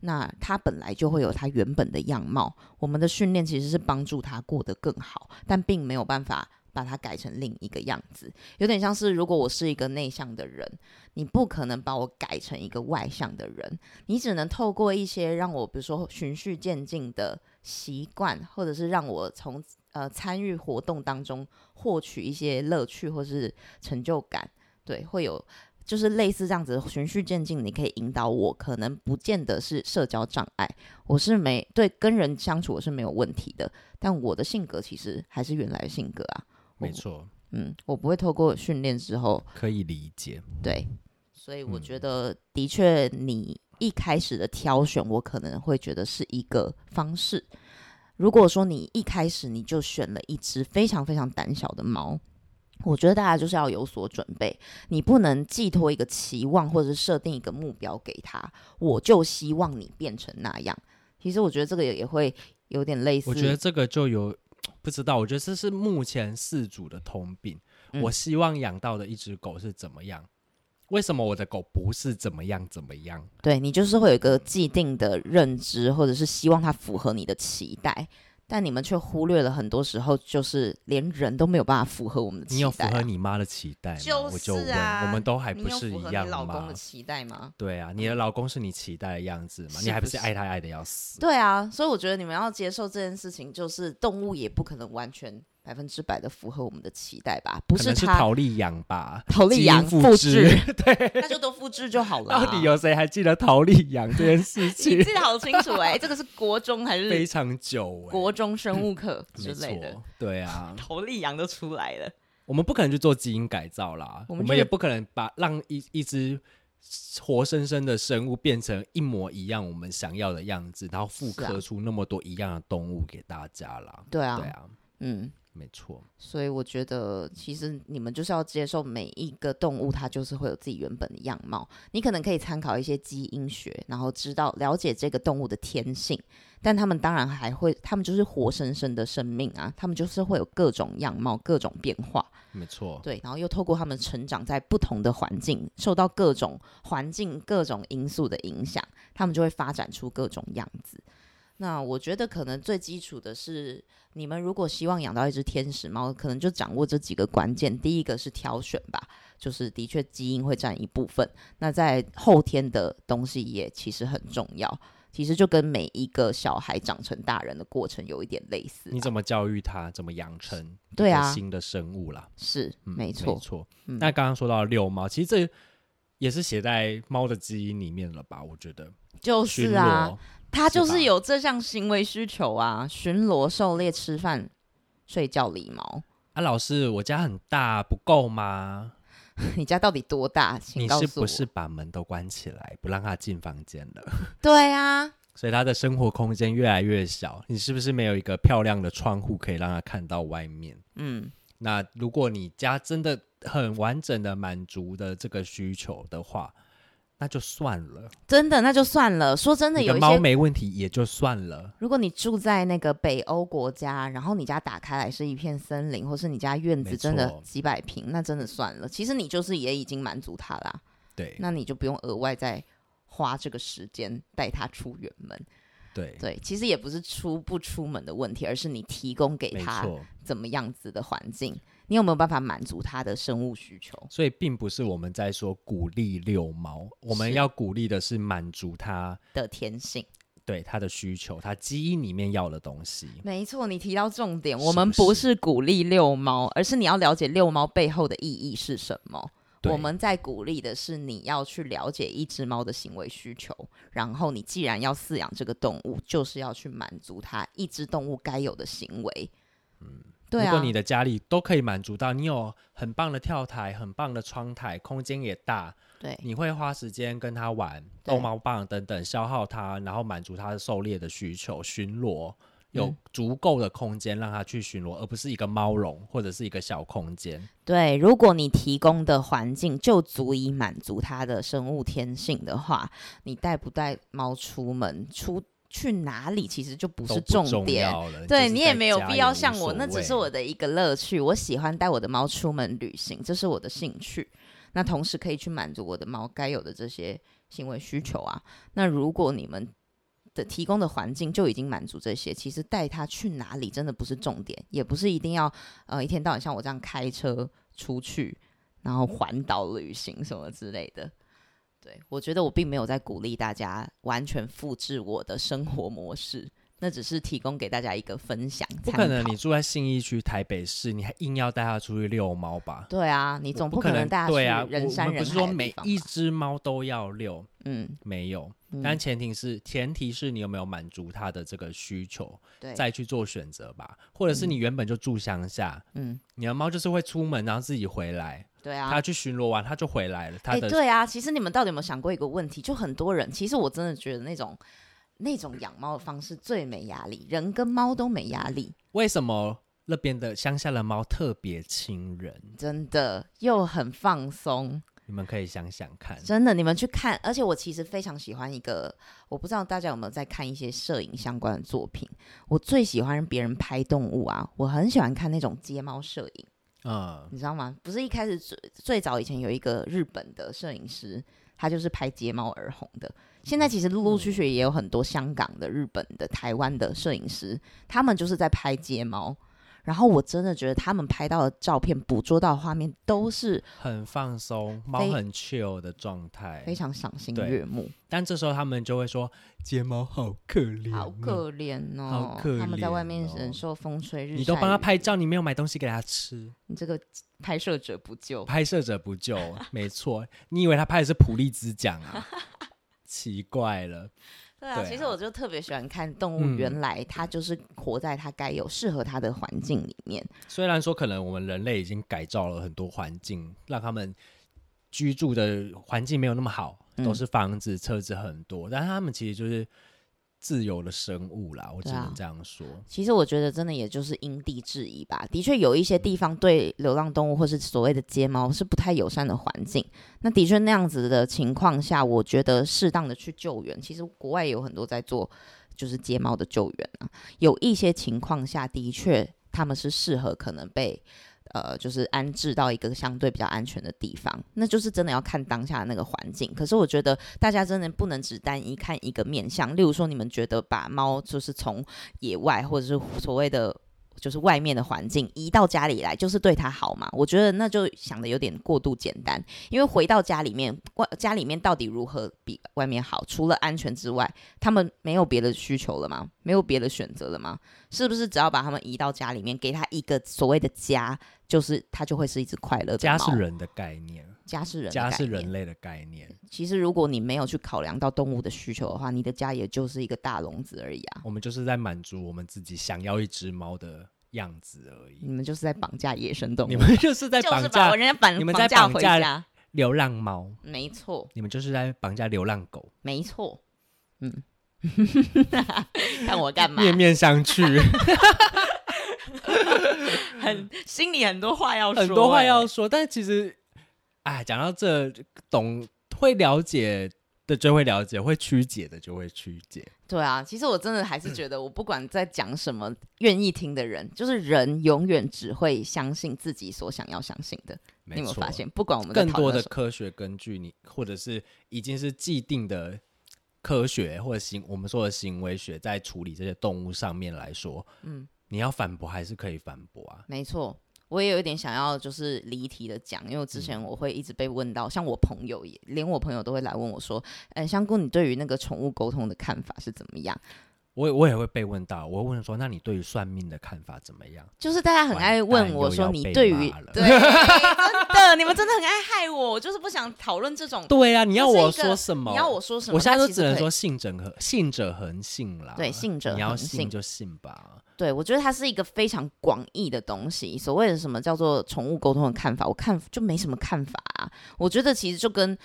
[SPEAKER 2] 那它本来就会有它原本的样貌。我们的训练其实是帮助它过得更好，但并没有办法把它改成另一个样子。有点像是，如果我是一个内向的人，你不可能把我改成一个外向的人，你只能透过一些让我，比如说循序渐进的习惯，或者是让我从呃参与活动当中获取一些乐趣或是成就感。对，会有就是类似这样子循序渐进，你可以引导我，可能不见得是社交障碍，我是没对跟人相处我是没有问题的，但我的性格其实还是原来的性格啊，
[SPEAKER 1] 没错，
[SPEAKER 2] 嗯，我不会透过训练之后
[SPEAKER 1] 可以理解。
[SPEAKER 2] 对，所以我
[SPEAKER 1] 嗯
[SPEAKER 2] 觉得的确，你一开始的挑选，我可能会觉得是一个方式。如果说你一开始你就选了一只非常非常胆小的猫，我觉得大家就是要有所准备，你不能寄托一个期望或者是设定一个目标给他，我就希望你变成那样。其实我觉得这个也也会有点类似，
[SPEAKER 1] 我觉得这个就有不知道，我觉得这是目前四组的通病。
[SPEAKER 2] 嗯
[SPEAKER 1] 我希望养到的一只狗是怎么样？为什么我的狗不是怎么样怎么样？
[SPEAKER 2] 对你就是会有一个既定的认知，或者是希望它符合你的期待，但你们却忽略了很多时候就是连人都没有办法符合我们的
[SPEAKER 1] 你
[SPEAKER 2] 期
[SPEAKER 1] 有符
[SPEAKER 2] 待、
[SPEAKER 1] 合
[SPEAKER 2] 啊。
[SPEAKER 1] 你妈的期待吗？
[SPEAKER 2] 就
[SPEAKER 1] 我就是问，
[SPEAKER 2] 啊
[SPEAKER 1] 我们都还
[SPEAKER 2] 你
[SPEAKER 1] 不
[SPEAKER 2] 有
[SPEAKER 1] 是
[SPEAKER 2] 符
[SPEAKER 1] 一
[SPEAKER 2] 合你
[SPEAKER 1] 样
[SPEAKER 2] 老公
[SPEAKER 1] 吗
[SPEAKER 2] 的？期待吗？
[SPEAKER 1] 对啊，你的老公是你期待的样子吗？
[SPEAKER 2] 是
[SPEAKER 1] 你还
[SPEAKER 2] 不
[SPEAKER 1] 不是
[SPEAKER 2] 嗯是
[SPEAKER 1] 爱他爱的要死？
[SPEAKER 2] 对啊，所以我觉得你们要接受这件事情，就是动物也不可能完全百分之百的符合我们的期待吧？不
[SPEAKER 1] 可能是
[SPEAKER 2] 它
[SPEAKER 1] 逃利养吧？
[SPEAKER 2] 逃利
[SPEAKER 1] 基因
[SPEAKER 2] 养
[SPEAKER 1] 复
[SPEAKER 2] 复
[SPEAKER 1] 制
[SPEAKER 2] 制，那就都复制就好了、啊
[SPEAKER 1] 到底？有谁还记得逃利养这件事
[SPEAKER 2] 你
[SPEAKER 1] 情？
[SPEAKER 2] 记得好清 楚哎、这个是国中还
[SPEAKER 1] 非
[SPEAKER 2] 是
[SPEAKER 1] 常久、欸，
[SPEAKER 2] 国中生物课之
[SPEAKER 1] 没
[SPEAKER 2] 类的
[SPEAKER 1] 错？，对啊，
[SPEAKER 2] 头立羊都出来了。
[SPEAKER 1] 我们不可能去做基因改造啦，我
[SPEAKER 2] 我们
[SPEAKER 1] 们
[SPEAKER 2] 就是
[SPEAKER 1] 也不可能把让一一只活生生的生物变成一模一样我们想要的样子，然后复
[SPEAKER 2] 是啊
[SPEAKER 1] 刻出那么多一样的动物给大家啦。
[SPEAKER 2] 对啊，
[SPEAKER 1] 对啊，
[SPEAKER 2] 嗯，
[SPEAKER 1] 没错，
[SPEAKER 2] 所以我觉得，其实你们就是要接受每一个动物，它就是会有自己原本的样貌。你可能可以参考一些基因学，然后知道了解这个动物的天性，但它们当然还会，它们就是活生生的生命啊，它们就是会有各种样貌、各种变化。
[SPEAKER 1] 没错，
[SPEAKER 2] 对，然后又透过他们成长在不同的环境，受到各种环境、各种因素的影响，他们就会发展出各种样子。那我觉得可能最基础的是，你们如果希望养到一只天使猫，可能就掌握这几个关键。第一个是挑选吧，就是的确基因会占一部分，那在后天的东西也其实很重要。其实就跟每一个小孩长成大人的过程有一点类似
[SPEAKER 1] 你
[SPEAKER 2] 啦。
[SPEAKER 1] 怎么教育它，怎么养成一
[SPEAKER 2] 对
[SPEAKER 1] 个
[SPEAKER 2] 啊，
[SPEAKER 1] 新的生物啦？
[SPEAKER 2] 是
[SPEAKER 1] 嗯
[SPEAKER 2] 没错
[SPEAKER 1] 没。错。
[SPEAKER 2] 嗯
[SPEAKER 1] 那刚刚说到遛猫，其实这也是写在猫的基因里面了吧？我觉得
[SPEAKER 2] 就
[SPEAKER 1] 巡
[SPEAKER 2] 是啊，
[SPEAKER 1] 逻，
[SPEAKER 2] 他就是是
[SPEAKER 1] 吧
[SPEAKER 2] 有这项行为需求啊，巡逻、狩猎、吃饭、睡觉、理毛。
[SPEAKER 1] 啊，老师，我家很大，不够吗？
[SPEAKER 2] 你家到底多大？请
[SPEAKER 1] 你
[SPEAKER 2] 告
[SPEAKER 1] 是
[SPEAKER 2] 诉我。
[SPEAKER 1] 不是把门都关起来，不让它进房间了？
[SPEAKER 2] 对啊，
[SPEAKER 1] 所以它的生活空间越来越小。你是不是没有一个漂亮的窗户可以让它看到外面？
[SPEAKER 2] 嗯，
[SPEAKER 1] 那如果你家真的很完整的满足的这个需求的话，那就算了。
[SPEAKER 2] 真的那就算了。说真的，
[SPEAKER 1] 你
[SPEAKER 2] 有
[SPEAKER 1] 的
[SPEAKER 2] 一
[SPEAKER 1] 猫
[SPEAKER 2] 些，
[SPEAKER 1] 没问题也就算了。
[SPEAKER 2] 如果你住在那个北欧国家，然后你家打开来是一片森林，或是你家院子
[SPEAKER 1] 没
[SPEAKER 2] 真的
[SPEAKER 1] 错
[SPEAKER 2] 几百平，那真的算了。其实你就是也已经满足他啦、
[SPEAKER 1] 对
[SPEAKER 2] 那你就不用额外再花这个时间带他出远门。
[SPEAKER 1] 对，
[SPEAKER 2] 对，其实也不是出不出门的问题，而是你提供给
[SPEAKER 1] 没
[SPEAKER 2] 他
[SPEAKER 1] 错。
[SPEAKER 2] 怎么样子的环境，你有没有办法满足他的生物需求？
[SPEAKER 1] 所以并不是我们在说鼓励遛猫，我们
[SPEAKER 2] 是
[SPEAKER 1] 要鼓励的是满足它
[SPEAKER 2] 的天性，
[SPEAKER 1] 对它的需求，它基因里面要的东西。
[SPEAKER 2] 没错，你提到重点，
[SPEAKER 1] 是
[SPEAKER 2] 我们
[SPEAKER 1] 不
[SPEAKER 2] 不
[SPEAKER 1] 是
[SPEAKER 2] 是鼓励遛猫，而是你要了解遛猫背后的意义是什么。
[SPEAKER 1] 对
[SPEAKER 2] 我们在鼓励的是你要去了解一只猫的行为需求，然后你既然要饲养这个动物，就是要去满足它一只动物该有的行为。嗯，对
[SPEAKER 1] 如
[SPEAKER 2] 啊
[SPEAKER 1] 果，你的家里都可以满足到，你有很棒的跳台、很棒的窗台，空间也大，
[SPEAKER 2] 对
[SPEAKER 1] 你会花时间跟它玩
[SPEAKER 2] 对
[SPEAKER 1] 逗猫棒等等，消耗它，然后满足它的狩猎的需求、巡逻，有
[SPEAKER 2] 嗯
[SPEAKER 1] 足够的空间让它去巡逻，而不是一个猫笼或者是一个小空间。
[SPEAKER 2] 对，如果你提供的环境就足以满足它的生物天性的话，你带不带猫出门、出去哪里，其实就不
[SPEAKER 1] 都
[SPEAKER 2] 是
[SPEAKER 1] 不
[SPEAKER 2] 重点。
[SPEAKER 1] 要了，
[SPEAKER 2] 对
[SPEAKER 1] 就是
[SPEAKER 2] 你也
[SPEAKER 1] 在
[SPEAKER 2] 没有
[SPEAKER 1] 家
[SPEAKER 2] 必
[SPEAKER 1] 也
[SPEAKER 2] 要
[SPEAKER 1] 无
[SPEAKER 2] 像我，
[SPEAKER 1] 所
[SPEAKER 2] 那只是
[SPEAKER 1] 谓
[SPEAKER 2] 我的一个乐趣。我喜欢带我的猫出门旅行，这是我的兴趣。那同时可以去满足我的猫该有的这些行为需求啊。那如果你们的提供的环境就已经满足这些，其实带它去哪里真的不是重点，也不是一定要呃一天到晚像我这样开车出去，然后环岛旅行什么之类的。对，我觉得我并没有在鼓励大家完全复制我的生活模式，那只是提供给大家一个分享。
[SPEAKER 1] 不可
[SPEAKER 2] 参
[SPEAKER 1] 能，
[SPEAKER 2] 考
[SPEAKER 1] 你住在信义区台北市，你还硬要带它出去遛猫吧？
[SPEAKER 2] 对啊，你
[SPEAKER 1] 你
[SPEAKER 2] 总
[SPEAKER 1] 不
[SPEAKER 2] 可能大家
[SPEAKER 1] 对啊，
[SPEAKER 2] 去
[SPEAKER 1] 我
[SPEAKER 2] 人山
[SPEAKER 1] 我们
[SPEAKER 2] 人海的地方吧、
[SPEAKER 1] 不是说每一只猫都要遛，
[SPEAKER 2] 嗯，
[SPEAKER 1] 没有，
[SPEAKER 2] 嗯
[SPEAKER 1] 但前提是前提是你有没有满足它的这个需求，
[SPEAKER 2] 对，
[SPEAKER 1] 再去做选择吧。或者是你原本就住乡下，
[SPEAKER 2] 嗯
[SPEAKER 1] 你的猫就是会出门，然后自己回来，
[SPEAKER 2] 对啊，
[SPEAKER 1] 它去巡逻完它就回来了，它
[SPEAKER 2] 哎，
[SPEAKER 1] 的
[SPEAKER 2] 对啊，其实你们到底有没有想过一个问题？就很多人，其实我真的觉得那种那种养猫的方式最没压力，人跟猫都没压力，
[SPEAKER 1] 为什么那边的乡下的猫特别亲人？
[SPEAKER 2] 真的又很放松，
[SPEAKER 1] 你们可以想想看，
[SPEAKER 2] 真的。你们去看，而且我其实非常喜欢一个，我不知道大家有没有在看一些摄影相关的作品。我最喜欢别人拍动物啊，我很喜欢看那种街猫摄影。
[SPEAKER 1] 嗯，
[SPEAKER 2] 你知道吗？不是一开始最最早以前有一个日本的摄影师，他就是拍睫毛而红的。现在其实陆陆续续也有很多香港的、日本的、台湾的摄影师，他们就是在拍睫毛。然后我真的觉得他们拍到的照片、捕捉到的画面都是
[SPEAKER 1] 很放松，猫
[SPEAKER 2] 非
[SPEAKER 1] 很 chill 的状态，
[SPEAKER 2] 非常赏心
[SPEAKER 1] 对
[SPEAKER 2] 悦目，
[SPEAKER 1] 但这时候他们就会说：“睫毛好可怜哦、
[SPEAKER 2] 好可怜哦！
[SPEAKER 1] 好可
[SPEAKER 2] 他们在外面
[SPEAKER 1] 怜哦
[SPEAKER 2] 忍受风吹日晒雨，
[SPEAKER 1] 你都帮他拍照，你没有买东西给他吃，
[SPEAKER 2] 你这个拍摄者不 救，
[SPEAKER 1] 拍摄者不救，没错。你以为他拍的是普利兹奖 啊？奇怪了，
[SPEAKER 2] 对啊，
[SPEAKER 1] 对
[SPEAKER 2] 其实
[SPEAKER 1] 啊
[SPEAKER 2] 我就特别喜欢看动物，
[SPEAKER 1] 嗯
[SPEAKER 2] 原来它就是活在它该有、适合它的环境里面。
[SPEAKER 1] 虽然说可能我们人类已经改造了很多环境，让他们居住的环境没有那么好，
[SPEAKER 2] 嗯
[SPEAKER 1] 都是房子、车子很多，但是他们其实就是自由的生物啦，我只
[SPEAKER 2] 对啊
[SPEAKER 1] 能这样说。
[SPEAKER 2] 其实我觉得真的也就是因地制宜吧。的确有一些地方对流浪动物或是所谓的街猫是不太友善的环境。那的确那样子的情况下，我觉得适当的去救援，其实国外也有很多在做就是街猫的救援啊。有一些情况下，的确他们是适合可能被。呃，就是安置到一个相对比较安全的地方，那就是真的要看当下的那个环境。可是我觉得大家真的不能只单一看一个面相，例如说你们觉得把猫就是从野外或者是所谓的就是外面的环境移到家里来，就是对它好嘛？我觉得那就想的有点过度简单，因为回到家里面，外家里面到底如何比外面好？除了安全之外，他们没有别的需求了吗？没有别的选择了吗？是不是只要把他们移到家里面，给他一个所谓的家，就是它就会是一只快乐的
[SPEAKER 1] 家是
[SPEAKER 2] 猫，
[SPEAKER 1] 人的概念，
[SPEAKER 2] 家是人的概
[SPEAKER 1] 家
[SPEAKER 2] 念，嗯
[SPEAKER 1] 是人类的概念。
[SPEAKER 2] 其实如果你没有去考量到动物的需求的话，你的家也就是一个大笼子而已啊。
[SPEAKER 1] 我们就是在满足我们自己想要一只猫的样子而已。
[SPEAKER 2] 你们就是在绑架野生动物，
[SPEAKER 1] 你们就是在
[SPEAKER 2] 嗯就是
[SPEAKER 1] 绑
[SPEAKER 2] 把
[SPEAKER 1] 架
[SPEAKER 2] 我人家绑
[SPEAKER 1] 你们
[SPEAKER 2] 绑
[SPEAKER 1] 在
[SPEAKER 2] 架
[SPEAKER 1] 绑
[SPEAKER 2] 回
[SPEAKER 1] 架
[SPEAKER 2] 家，
[SPEAKER 1] 流浪猫，
[SPEAKER 2] 没错，
[SPEAKER 1] 你们就是在绑架流浪狗，
[SPEAKER 2] 没错，嗯， 看我干嘛？
[SPEAKER 1] 面面相觑，
[SPEAKER 2] 很心里很多话要 说、
[SPEAKER 1] 很多话
[SPEAKER 2] 欸
[SPEAKER 1] 要说。但是其实，哎，讲到这，懂会了解的就会了解，会曲解的就会曲解。
[SPEAKER 2] 对啊，其实我真的还是觉得，我不管在讲什么，愿意听的人，就是人永远只会相信自己所想要相信的。你
[SPEAKER 1] 没
[SPEAKER 2] 有没有
[SPEAKER 1] 错
[SPEAKER 2] 发，现？不管我们在
[SPEAKER 1] 更
[SPEAKER 2] 讨
[SPEAKER 1] 多
[SPEAKER 2] 论
[SPEAKER 1] 的
[SPEAKER 2] 什么
[SPEAKER 1] 科学根据你，或者是已经是既定的科学或者行，我们说的行为学，在处理这些动物上面来说，
[SPEAKER 2] 嗯
[SPEAKER 1] 嗯，你要反驳还是可以反驳啊。
[SPEAKER 2] 没错，我也有一点想要就是离题的讲，因为之
[SPEAKER 1] 嗯
[SPEAKER 2] 前我会一直被问到，像我朋友也，连我朋友都会来问我说，哎，香菇，你对于那个宠物沟通的看法是怎么样？
[SPEAKER 1] 我也我也会被问到，我会问说，那你对于算命的看法怎么样？
[SPEAKER 2] 就是大家很爱问我说，你对
[SPEAKER 1] 完蛋又要被
[SPEAKER 2] 于
[SPEAKER 1] 骂了
[SPEAKER 2] 对，真的，你们真的很爱害我，我就是不想讨论这种。
[SPEAKER 1] 对啊，你要
[SPEAKER 2] 这是
[SPEAKER 1] 我
[SPEAKER 2] 一个
[SPEAKER 1] 说什么？
[SPEAKER 2] 你要我说什么？
[SPEAKER 1] 我现在
[SPEAKER 2] 它
[SPEAKER 1] 都
[SPEAKER 2] 其
[SPEAKER 1] 只
[SPEAKER 2] 实
[SPEAKER 1] 能
[SPEAKER 2] 可以
[SPEAKER 1] 说信者恒信者恒信啦。
[SPEAKER 2] 对信者
[SPEAKER 1] 你要
[SPEAKER 2] 恒信
[SPEAKER 1] 信就信吧。
[SPEAKER 2] 对，我觉得它是一个非常广义的东西。所谓的什么叫做宠物沟通的看法，我看就没什么看法啊。我觉得其实就跟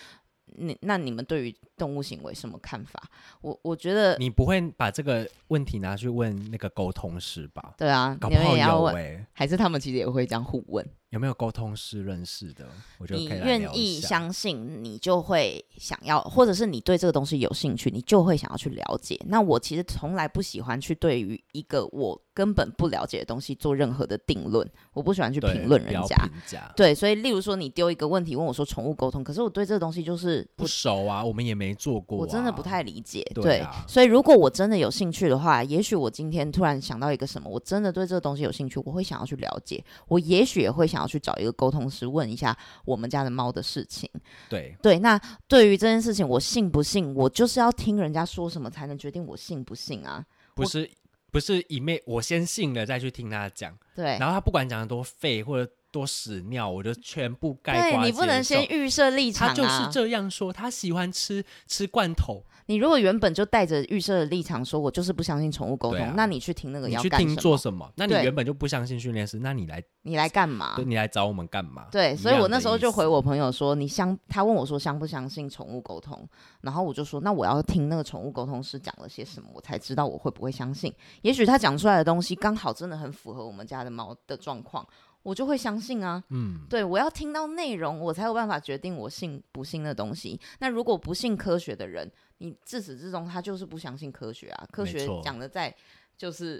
[SPEAKER 2] 你那你们对于动物行为什么看法？我我觉得
[SPEAKER 1] 你不会把这个问题拿去问那个沟通师吧？
[SPEAKER 2] 对啊，
[SPEAKER 1] 搞
[SPEAKER 2] 你
[SPEAKER 1] 不
[SPEAKER 2] 们
[SPEAKER 1] 好
[SPEAKER 2] 也要
[SPEAKER 1] 有
[SPEAKER 2] 问，
[SPEAKER 1] 哎、
[SPEAKER 2] 还是他们其实也会这样互问。
[SPEAKER 1] 有没有沟通师认识的？我觉得
[SPEAKER 2] 你
[SPEAKER 1] 可以来
[SPEAKER 2] 愿
[SPEAKER 1] 聊
[SPEAKER 2] 意
[SPEAKER 1] 一下。
[SPEAKER 2] 相信，你就会想要，或者是你对这个东西有兴趣，你就会想要去了解。那我其实从来不喜欢去对于一个我根本不了解的东西做任何的定论，我不喜欢去
[SPEAKER 1] 对
[SPEAKER 2] 评论人
[SPEAKER 1] 不要
[SPEAKER 2] 家。
[SPEAKER 1] 评价
[SPEAKER 2] 对，所以例如说你丢一个问题问我说宠物沟通，可是我对这个东西就是
[SPEAKER 1] 不
[SPEAKER 2] 不，
[SPEAKER 1] 熟啊，我们也没做过、啊，
[SPEAKER 2] 我真的不太理解。
[SPEAKER 1] 对啊
[SPEAKER 2] 所以如果我真的有兴趣的话，也许我今天突然想到一个什么，我真的对这个东西有兴趣，我会想要去了解，我也许也会想要去找一个沟通师问一下我们家的猫的事情。
[SPEAKER 1] 对。
[SPEAKER 2] 对，那对于这件事情，我信不信，我就是要听人家说什么才能决定我信不信啊。
[SPEAKER 1] 不是不是一昧，我先信了再去听他讲，
[SPEAKER 2] 对，
[SPEAKER 1] 然后他不管讲的多废或者多屎尿，我就全部盖
[SPEAKER 2] 对
[SPEAKER 1] 瓜
[SPEAKER 2] 你不
[SPEAKER 1] 接
[SPEAKER 2] 能
[SPEAKER 1] 受
[SPEAKER 2] 先预设立场
[SPEAKER 1] 他
[SPEAKER 2] 啊。
[SPEAKER 1] 就是这样说，他喜欢吃吃罐头，
[SPEAKER 2] 你如果原本就带着预设的立场说，我就是不相信宠物沟通，
[SPEAKER 1] 对啊
[SPEAKER 2] 那你去听那个
[SPEAKER 1] 你
[SPEAKER 2] 要
[SPEAKER 1] 去
[SPEAKER 2] 干什
[SPEAKER 1] 听做
[SPEAKER 2] 么？
[SPEAKER 1] 什么？那你
[SPEAKER 2] 对
[SPEAKER 1] 原本就不相信训练师，那你来，
[SPEAKER 2] 你来干嘛
[SPEAKER 1] 对？你来找我们干嘛？
[SPEAKER 2] 对，
[SPEAKER 1] 一
[SPEAKER 2] 所以
[SPEAKER 1] 样
[SPEAKER 2] 我那
[SPEAKER 1] 的
[SPEAKER 2] 时候
[SPEAKER 1] 意
[SPEAKER 2] 就
[SPEAKER 1] 思
[SPEAKER 2] 回我朋友说，你相他问我说相不相信宠物沟通，然后我就说，那我要听那个宠物沟通师讲了些什么，我才知道我会不会相信。也许他讲出来的东西刚好真的很符合我们家的猫的状况，我就会相信啊。
[SPEAKER 1] 嗯，
[SPEAKER 2] 对，我要听到内容，我才有办法决定我信不信的东西。那如果不信科学的人，你自始至终他就是不相信科学啊。科
[SPEAKER 1] 没
[SPEAKER 2] 学
[SPEAKER 1] 错
[SPEAKER 2] 讲的再就是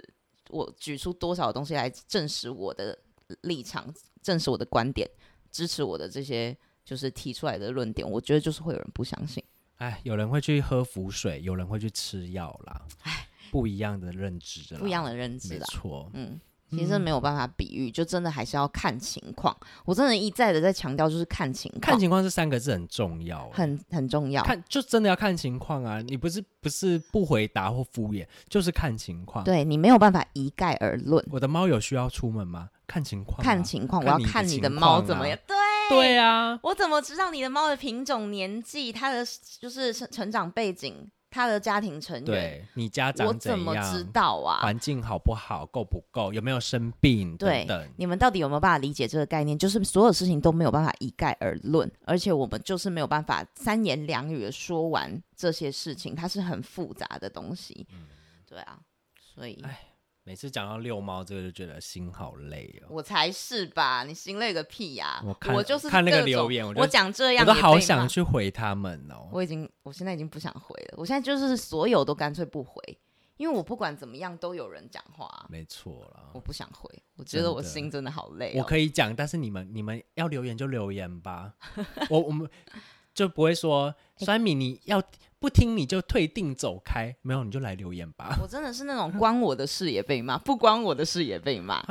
[SPEAKER 2] 我举出多少东西来证实我的立场，证实我的观点，支持我的这些就是提出来的论点，我觉得就是会有人不相信。
[SPEAKER 1] 哎，有人会去喝浮水，有人会去吃药啦，不一样的认知啦，
[SPEAKER 2] 不一样的认知
[SPEAKER 1] 没
[SPEAKER 2] 啦。
[SPEAKER 1] 错，
[SPEAKER 2] 嗯，其实没有办法比喻，就真的还是要看情况。我真的一再的在强调，就是看情况，
[SPEAKER 1] 看情况这三个字很重要欸，
[SPEAKER 2] 很很重要。
[SPEAKER 1] 看就真的要看情况啊，你不是不是不回答或敷衍，就是看情况。啊
[SPEAKER 2] 对你没有办法一概而论。
[SPEAKER 1] 我的猫有需要出门吗？看情况啊、
[SPEAKER 2] 看情况，我
[SPEAKER 1] 看
[SPEAKER 2] 要
[SPEAKER 1] 你的
[SPEAKER 2] 看你的
[SPEAKER 1] 情
[SPEAKER 2] 猫
[SPEAKER 1] 况
[SPEAKER 2] 怎么
[SPEAKER 1] 啊
[SPEAKER 2] 样。对，
[SPEAKER 1] 对啊，
[SPEAKER 2] 我怎么知道你的猫的品种、年纪、它的就是成成长背景？他的家庭成员，
[SPEAKER 1] 对你家
[SPEAKER 2] 我
[SPEAKER 1] 长
[SPEAKER 2] 怎么
[SPEAKER 1] 样，
[SPEAKER 2] 知道啊？
[SPEAKER 1] 环境好不好，够不够，有没有生病
[SPEAKER 2] 对
[SPEAKER 1] 等等。
[SPEAKER 2] 你们到底有没有办法理解这个概念？就是所有事情都没有办法一概而论，而且我们就是没有办法三言两语的说完这些事情，它是很复杂的东西。对啊，所以
[SPEAKER 1] 嗯哎每次讲到遛猫这个，就觉得心好累哦。
[SPEAKER 2] 我才是吧？你心累个屁呀、
[SPEAKER 1] 我看
[SPEAKER 2] 就是
[SPEAKER 1] 看那个
[SPEAKER 2] 各种
[SPEAKER 1] 留言我
[SPEAKER 2] 我
[SPEAKER 1] 就
[SPEAKER 2] 讲这样
[SPEAKER 1] 我都
[SPEAKER 2] 也
[SPEAKER 1] 好
[SPEAKER 2] 被
[SPEAKER 1] 想
[SPEAKER 2] 骂
[SPEAKER 1] 去回他们哦。
[SPEAKER 2] 我已经，我现在已经不想回了。我现在就是所有都干脆不回，因为我不管怎么样都有人讲话啊、
[SPEAKER 1] 没错啦
[SPEAKER 2] 我，不想回。我觉得我心真的好累、哦。
[SPEAKER 1] 我可以讲，但是你们你们要留言就留言吧。 我我们就不会说酸米你要不听你就退订走开，没有你就来留言吧。
[SPEAKER 2] 我真的是那种关我的事也被骂，不关我的事也被骂。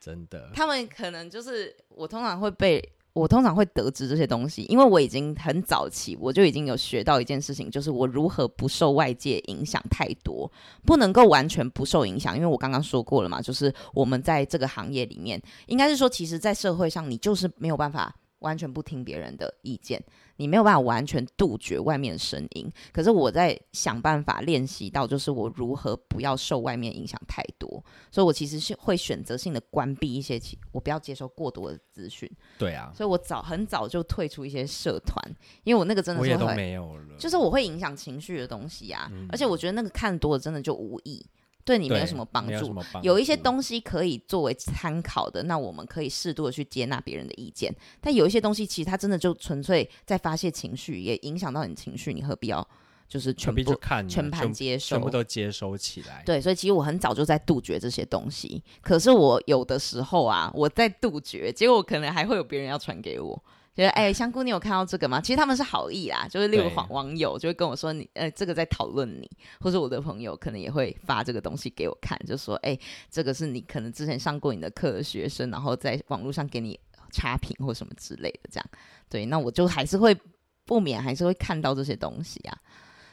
[SPEAKER 1] 真的，
[SPEAKER 2] 他们可能就是我通常会被。我通常会得知这些东西，因为我已经很早期我就已经有学到一件事情，就是我如何不受外界影响太多，不能够完全不受影响。因为我刚刚说过了嘛，就是我们在这个行业里面，应该是说，其实，在社会上你就是没有办法完全不听别人的意见，你没有办法完全杜绝外面的声音。可是我在想办法练习到，就是我如何不要受外面影响太多。所以我其实是会选择性的关闭一些其，我不要接收过多的资讯，
[SPEAKER 1] 对啊，
[SPEAKER 2] 所以我早很早就退出一些社团，因为我那个真的
[SPEAKER 1] 我
[SPEAKER 2] 是
[SPEAKER 1] 也都
[SPEAKER 2] 会，
[SPEAKER 1] 没有了。
[SPEAKER 2] 就是我会影响情绪的东西啊，而且我觉得那个看多了真的就无益，对你没有
[SPEAKER 1] 对
[SPEAKER 2] 什么帮
[SPEAKER 1] 没有什
[SPEAKER 2] 助。
[SPEAKER 1] 么帮
[SPEAKER 2] 有一些
[SPEAKER 1] 助
[SPEAKER 2] 东西可以作为参考的，那我们可以适度的去接纳别人的意见。但有一些东西，其实它真的就纯粹在发泄情绪，也影响到你情绪，你何必要就是全
[SPEAKER 1] 全部
[SPEAKER 2] 部
[SPEAKER 1] 就看了
[SPEAKER 2] 全盘接受？
[SPEAKER 1] 全部都接收起来。
[SPEAKER 2] 对，所以其实我很早就在杜绝这些东西。可是我有的时候啊，我在杜绝，结果可能还会有别人要传给我，觉得哎、香菇，你有看到这个吗？其实他们是好意啦，就是例如
[SPEAKER 1] 对
[SPEAKER 2] 网网友就会跟我说你呃，这个在讨论你，或者我的朋友可能也会发这个东西给我看，就说哎、这个是你可能之前上过你的课的学生，然后在网络上给你差评或什么之类的，这样对，那我就还是会不免还是会看到这些东西啊，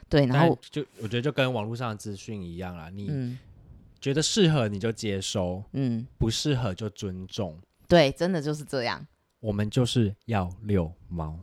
[SPEAKER 2] 对，然后
[SPEAKER 1] 但就我觉得就跟网络上的资讯一样啦，你
[SPEAKER 2] 嗯
[SPEAKER 1] 觉得适合你就接收，
[SPEAKER 2] 嗯，
[SPEAKER 1] 不适合就尊重。
[SPEAKER 2] 对，真的就是这样。
[SPEAKER 1] 我们就是要遛 猫，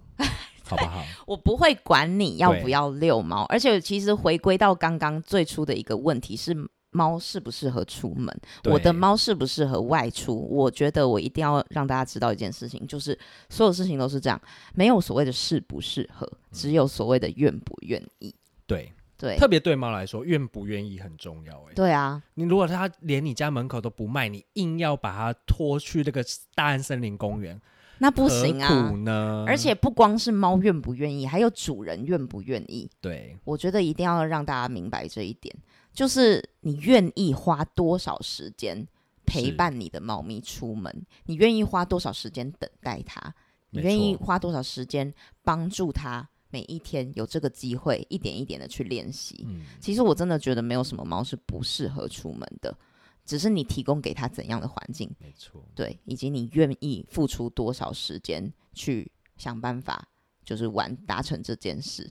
[SPEAKER 1] 好不好？
[SPEAKER 2] 我不会管你要
[SPEAKER 1] 对
[SPEAKER 2] 不要遛猫，而且其实回归到刚刚最初的一个问题是。猫适不适合出门？
[SPEAKER 1] 对
[SPEAKER 2] 我的猫适不适合外出？我觉得我一定要让大家知道一件事情，就是所有事情都是这样，没有所谓的适不适合，只有所谓的愿不愿意。
[SPEAKER 1] 对，
[SPEAKER 2] 对，
[SPEAKER 1] 特别对猫来说，愿不愿意很重要、欸。
[SPEAKER 2] 对啊，
[SPEAKER 1] 你如果它连你家门口都不卖，你硬要把它拖去那个大安森林公园，
[SPEAKER 2] 那不行
[SPEAKER 1] 何
[SPEAKER 2] 啊
[SPEAKER 1] 苦！呢？
[SPEAKER 2] 而且不光是猫愿不愿意，还有主人愿不愿意。
[SPEAKER 1] 对
[SPEAKER 2] 我觉得一定要让大家明白这一点，就是你愿意花多少时间陪
[SPEAKER 1] 是
[SPEAKER 2] 伴你的猫咪出门，你愿意花多少时间等待它，你
[SPEAKER 1] 没
[SPEAKER 2] 愿意
[SPEAKER 1] 错
[SPEAKER 2] 花多少时间帮助它，每一天有这个机会一点一点的去练习。
[SPEAKER 1] 嗯
[SPEAKER 2] 其实我真的觉得没有什么猫是不适合出门的，只是你提供给它怎样的环境，
[SPEAKER 1] 没错，
[SPEAKER 2] 对，以及你愿意付出多少时间去想办法，就是完达成这件事。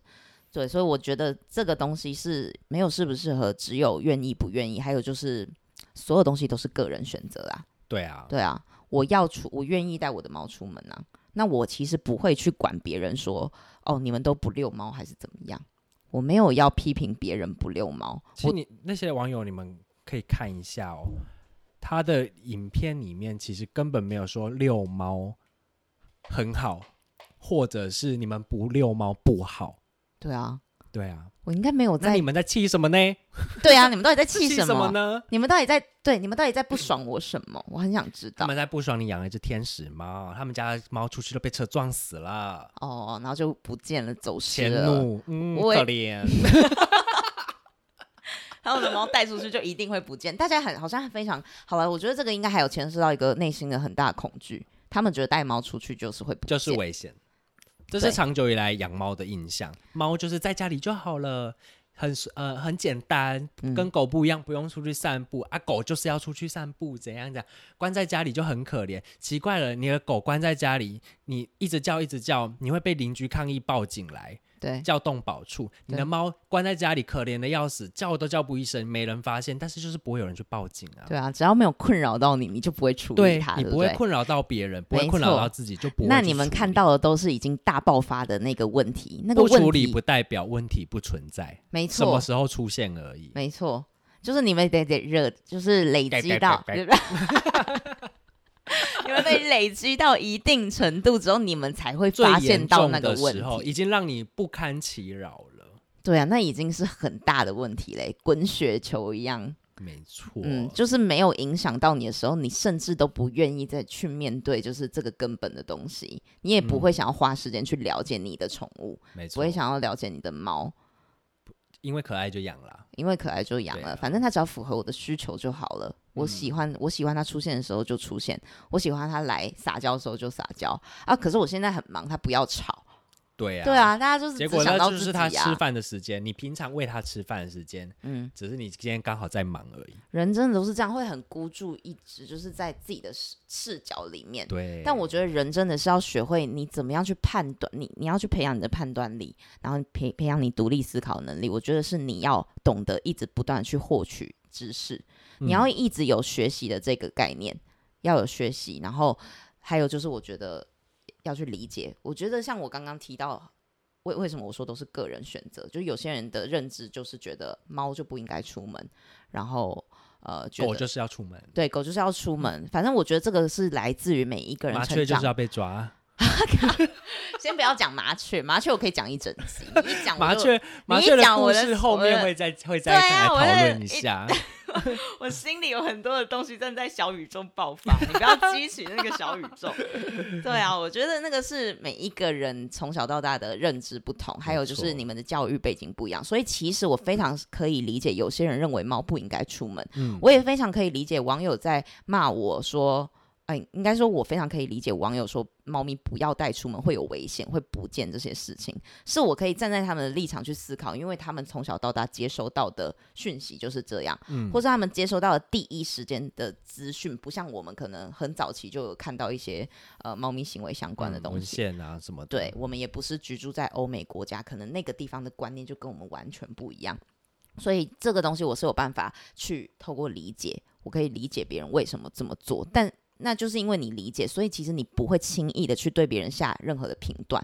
[SPEAKER 2] 对，所以我觉得这个东西是没有适不适合，只有愿意不愿意，还有就是所有东西都是个人选择啦。
[SPEAKER 1] 对啊，
[SPEAKER 2] 对啊，我要出，我愿意带我的猫出门啊。那我其实不会去管别人说，哦，你们都不遛猫还是怎么样，我没有要批评别人不遛猫。
[SPEAKER 1] 其
[SPEAKER 2] 我
[SPEAKER 1] 实你那些网友，你们可以看一下哦，他的影片里面其实根本没有说遛猫很好，或者是你们不遛猫不好。
[SPEAKER 2] 对啊，
[SPEAKER 1] 对啊，
[SPEAKER 2] 我应该没有
[SPEAKER 1] 那
[SPEAKER 2] 在
[SPEAKER 1] 你。们在气什么呢？
[SPEAKER 2] 对啊，你们到底 在气
[SPEAKER 1] 气
[SPEAKER 2] 什么？
[SPEAKER 1] 呢？
[SPEAKER 2] 你们到底在对你们到底在不爽我什 么？我很想知
[SPEAKER 1] 他
[SPEAKER 2] 道
[SPEAKER 1] 们在不爽你养了一只天使猫，他们家的猫出去都被车撞死了，
[SPEAKER 2] 哦，然后就不见了，走失
[SPEAKER 1] 迁
[SPEAKER 2] 了。
[SPEAKER 1] 怒，嗯，
[SPEAKER 2] 我也
[SPEAKER 1] 可怜。
[SPEAKER 2] 然后我的猫带出去就一定会不见，大家很好像非常好了。我觉得这个应该还有牵涉到一个内心的很大的恐惧，他们觉得带猫出去就是会不见，
[SPEAKER 1] 就是危险。这是
[SPEAKER 2] 对
[SPEAKER 1] 长久以来养猫的印象，猫就是在家里就好了，很呃很简单，
[SPEAKER 2] 嗯
[SPEAKER 1] 跟狗不一样，不用出去散步、啊。狗就是要出去散步，怎样怎样，关在家里就很可怜。奇怪了，你的狗关在家里，你一直叫一直叫，你会被邻居抗议报警来，
[SPEAKER 2] 对，
[SPEAKER 1] 叫动保处，你的猫关在家里可怜的要死，叫都叫不一声，没人发现，但是就是不会有人去报警啊。
[SPEAKER 2] 对啊，只要没有困扰到你，你就不会处理
[SPEAKER 1] 对
[SPEAKER 2] 它，
[SPEAKER 1] 你
[SPEAKER 2] 对
[SPEAKER 1] 不会
[SPEAKER 2] 对
[SPEAKER 1] 困扰到别人，不
[SPEAKER 2] 没
[SPEAKER 1] 会困扰
[SPEAKER 2] 错
[SPEAKER 1] 到自己，就不会
[SPEAKER 2] 那
[SPEAKER 1] 去
[SPEAKER 2] 你们
[SPEAKER 1] 处
[SPEAKER 2] 看
[SPEAKER 1] 理
[SPEAKER 2] 到的都是已经大爆发的那个问题，那个
[SPEAKER 1] 不
[SPEAKER 2] 问
[SPEAKER 1] 处理
[SPEAKER 2] 题
[SPEAKER 1] 不代表问题不存在，
[SPEAKER 2] 没
[SPEAKER 1] 什么
[SPEAKER 2] 错，
[SPEAKER 1] 时候出现而已。
[SPEAKER 2] 没错，就是你们得得热，就是累
[SPEAKER 1] 对
[SPEAKER 2] 积
[SPEAKER 1] 对
[SPEAKER 2] 到，
[SPEAKER 1] 对
[SPEAKER 2] 你们被累积到一定程度之后，你们才会
[SPEAKER 1] 最
[SPEAKER 2] 发现
[SPEAKER 1] 严
[SPEAKER 2] 到
[SPEAKER 1] 重
[SPEAKER 2] 那个
[SPEAKER 1] 的
[SPEAKER 2] 问
[SPEAKER 1] 时候，
[SPEAKER 2] 题。
[SPEAKER 1] 已经让你不堪其扰了。
[SPEAKER 2] 对啊，那已经是很大的问题嘞，滚雪球一样。
[SPEAKER 1] 没错，
[SPEAKER 2] 嗯，就是没有影响到你的时候，你甚至都不愿意再去面对，就是这个根本的东西，你也
[SPEAKER 1] 嗯
[SPEAKER 2] 不会想要花时间去了解你的宠物，
[SPEAKER 1] 没
[SPEAKER 2] 不
[SPEAKER 1] 错
[SPEAKER 2] 会，想要了解你的猫，
[SPEAKER 1] 因为可爱就养啦。
[SPEAKER 2] 因为可爱就养
[SPEAKER 1] 对
[SPEAKER 2] 了，
[SPEAKER 1] 啊嗯
[SPEAKER 2] 反正它只要符合我的需求就好了。我喜欢，我喜欢它出现的时候就出现，我喜欢它来撒娇的时候就撒娇啊。可是我现在很忙，它不要吵。
[SPEAKER 1] 对啊，
[SPEAKER 2] 对。啊，大家就是
[SPEAKER 1] 结
[SPEAKER 2] 只
[SPEAKER 1] 果
[SPEAKER 2] 想
[SPEAKER 1] 呢，
[SPEAKER 2] 到
[SPEAKER 1] 就
[SPEAKER 2] 自
[SPEAKER 1] 是
[SPEAKER 2] 己
[SPEAKER 1] 他吃
[SPEAKER 2] 啊。
[SPEAKER 1] 饭的时间，你平常喂他吃饭的时间，
[SPEAKER 2] 嗯，
[SPEAKER 1] 只是你今天刚好在忙而已。
[SPEAKER 2] 人真的都是这样，会很孤注一掷，就是在自己的视视角里面。
[SPEAKER 1] 对，
[SPEAKER 2] 但我觉得人真的是要学会你怎么样去判断，你你要去培养你的判断力，然后培培养你独立思考能力。我觉得是你要懂得一直不断地去获取知识，
[SPEAKER 1] 嗯
[SPEAKER 2] 你要一直有学习的这个概念，要有学习。然后还有就是，我觉得要去理解。我觉得像我刚刚提到。为为什么我说都是个人选择？就有些人的认知就是觉得猫就不应该出门，然后呃，觉
[SPEAKER 1] 狗
[SPEAKER 2] 得
[SPEAKER 1] 就是要出门，
[SPEAKER 2] 对狗就是要出门。反正我觉得这个是来自于每一个人
[SPEAKER 1] 麻
[SPEAKER 2] 成
[SPEAKER 1] 雀就
[SPEAKER 2] 长
[SPEAKER 1] 是要被抓，
[SPEAKER 2] 先不要讲麻雀，麻雀我可以讲一整集。哎你一讲我就
[SPEAKER 1] 麻，雀麻雀
[SPEAKER 2] 一
[SPEAKER 1] 的
[SPEAKER 2] 讲
[SPEAKER 1] 故
[SPEAKER 2] 我的
[SPEAKER 1] 事后
[SPEAKER 2] 我
[SPEAKER 1] 面
[SPEAKER 2] 的
[SPEAKER 1] 会再会
[SPEAKER 2] 对
[SPEAKER 1] 再
[SPEAKER 2] 啊
[SPEAKER 1] 来讨
[SPEAKER 2] 我的
[SPEAKER 1] 论一
[SPEAKER 2] 一
[SPEAKER 1] 下。
[SPEAKER 2] 我心里有很多的东西正在小宇宙爆发，你不要激起那个小宇 宙。对啊，我觉得那个是每一个人从小到大的认知不同，还有就
[SPEAKER 1] 没
[SPEAKER 2] 是
[SPEAKER 1] 错
[SPEAKER 2] 你们的教育背景不一样，所以其实我非常可以理解有些人认为猫不应该出门，
[SPEAKER 1] 嗯，
[SPEAKER 2] 我也非常可以理解网友在骂我说。哎，应该说，我非常可以理解网友说猫咪不要带出门会有危险、会不见这些事情，是我可以站在他们的立场去思考，因为他们从小到大接收到的讯息就是这样，
[SPEAKER 1] 嗯
[SPEAKER 2] 或是他们接收到的第一时间的资讯，不像我们可能很早期就有看到一些呃猫咪行为相关的
[SPEAKER 1] 嗯
[SPEAKER 2] 东
[SPEAKER 1] 文
[SPEAKER 2] 西。
[SPEAKER 1] 献啊什么的，
[SPEAKER 2] 对我们也不是居住在欧美国家，可能那个地方的观念就跟我们完全不一样。所以这个东西我是有办法去透过理解，我可以理解别人为什么这么做，但那就是因为你理解，所以其实你不会轻易的去对别人下任何的评断，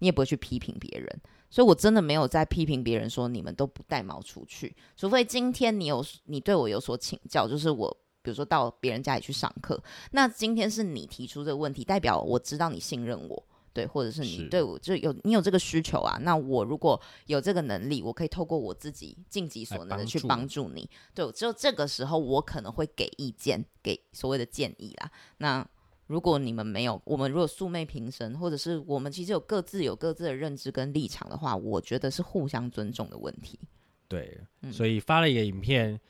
[SPEAKER 2] 你也不会去批评别人。所以我真的没有在批评别人说你们都不带毛出去，除非今天你有你对我有所请教，就是我。比如说到别人家里去上课，那今天是你提出这个问题，代表我知道你信任我，对，或者是你
[SPEAKER 1] 是
[SPEAKER 2] 对我就有你有这个需求啊。那我如果有这个能力，我可以透过我自己尽己所
[SPEAKER 1] 来帮
[SPEAKER 2] 能的去
[SPEAKER 1] 助
[SPEAKER 2] 帮助你。对，只有这个时候我可能会给意见，给所谓的建议啦。那如果你们没有，我们如果素昧平生，或者是我们其实有各自有各自的认知跟立场的话，我觉得是互相尊重的问题。
[SPEAKER 1] 对，
[SPEAKER 2] 嗯
[SPEAKER 1] 所以发了一个影片，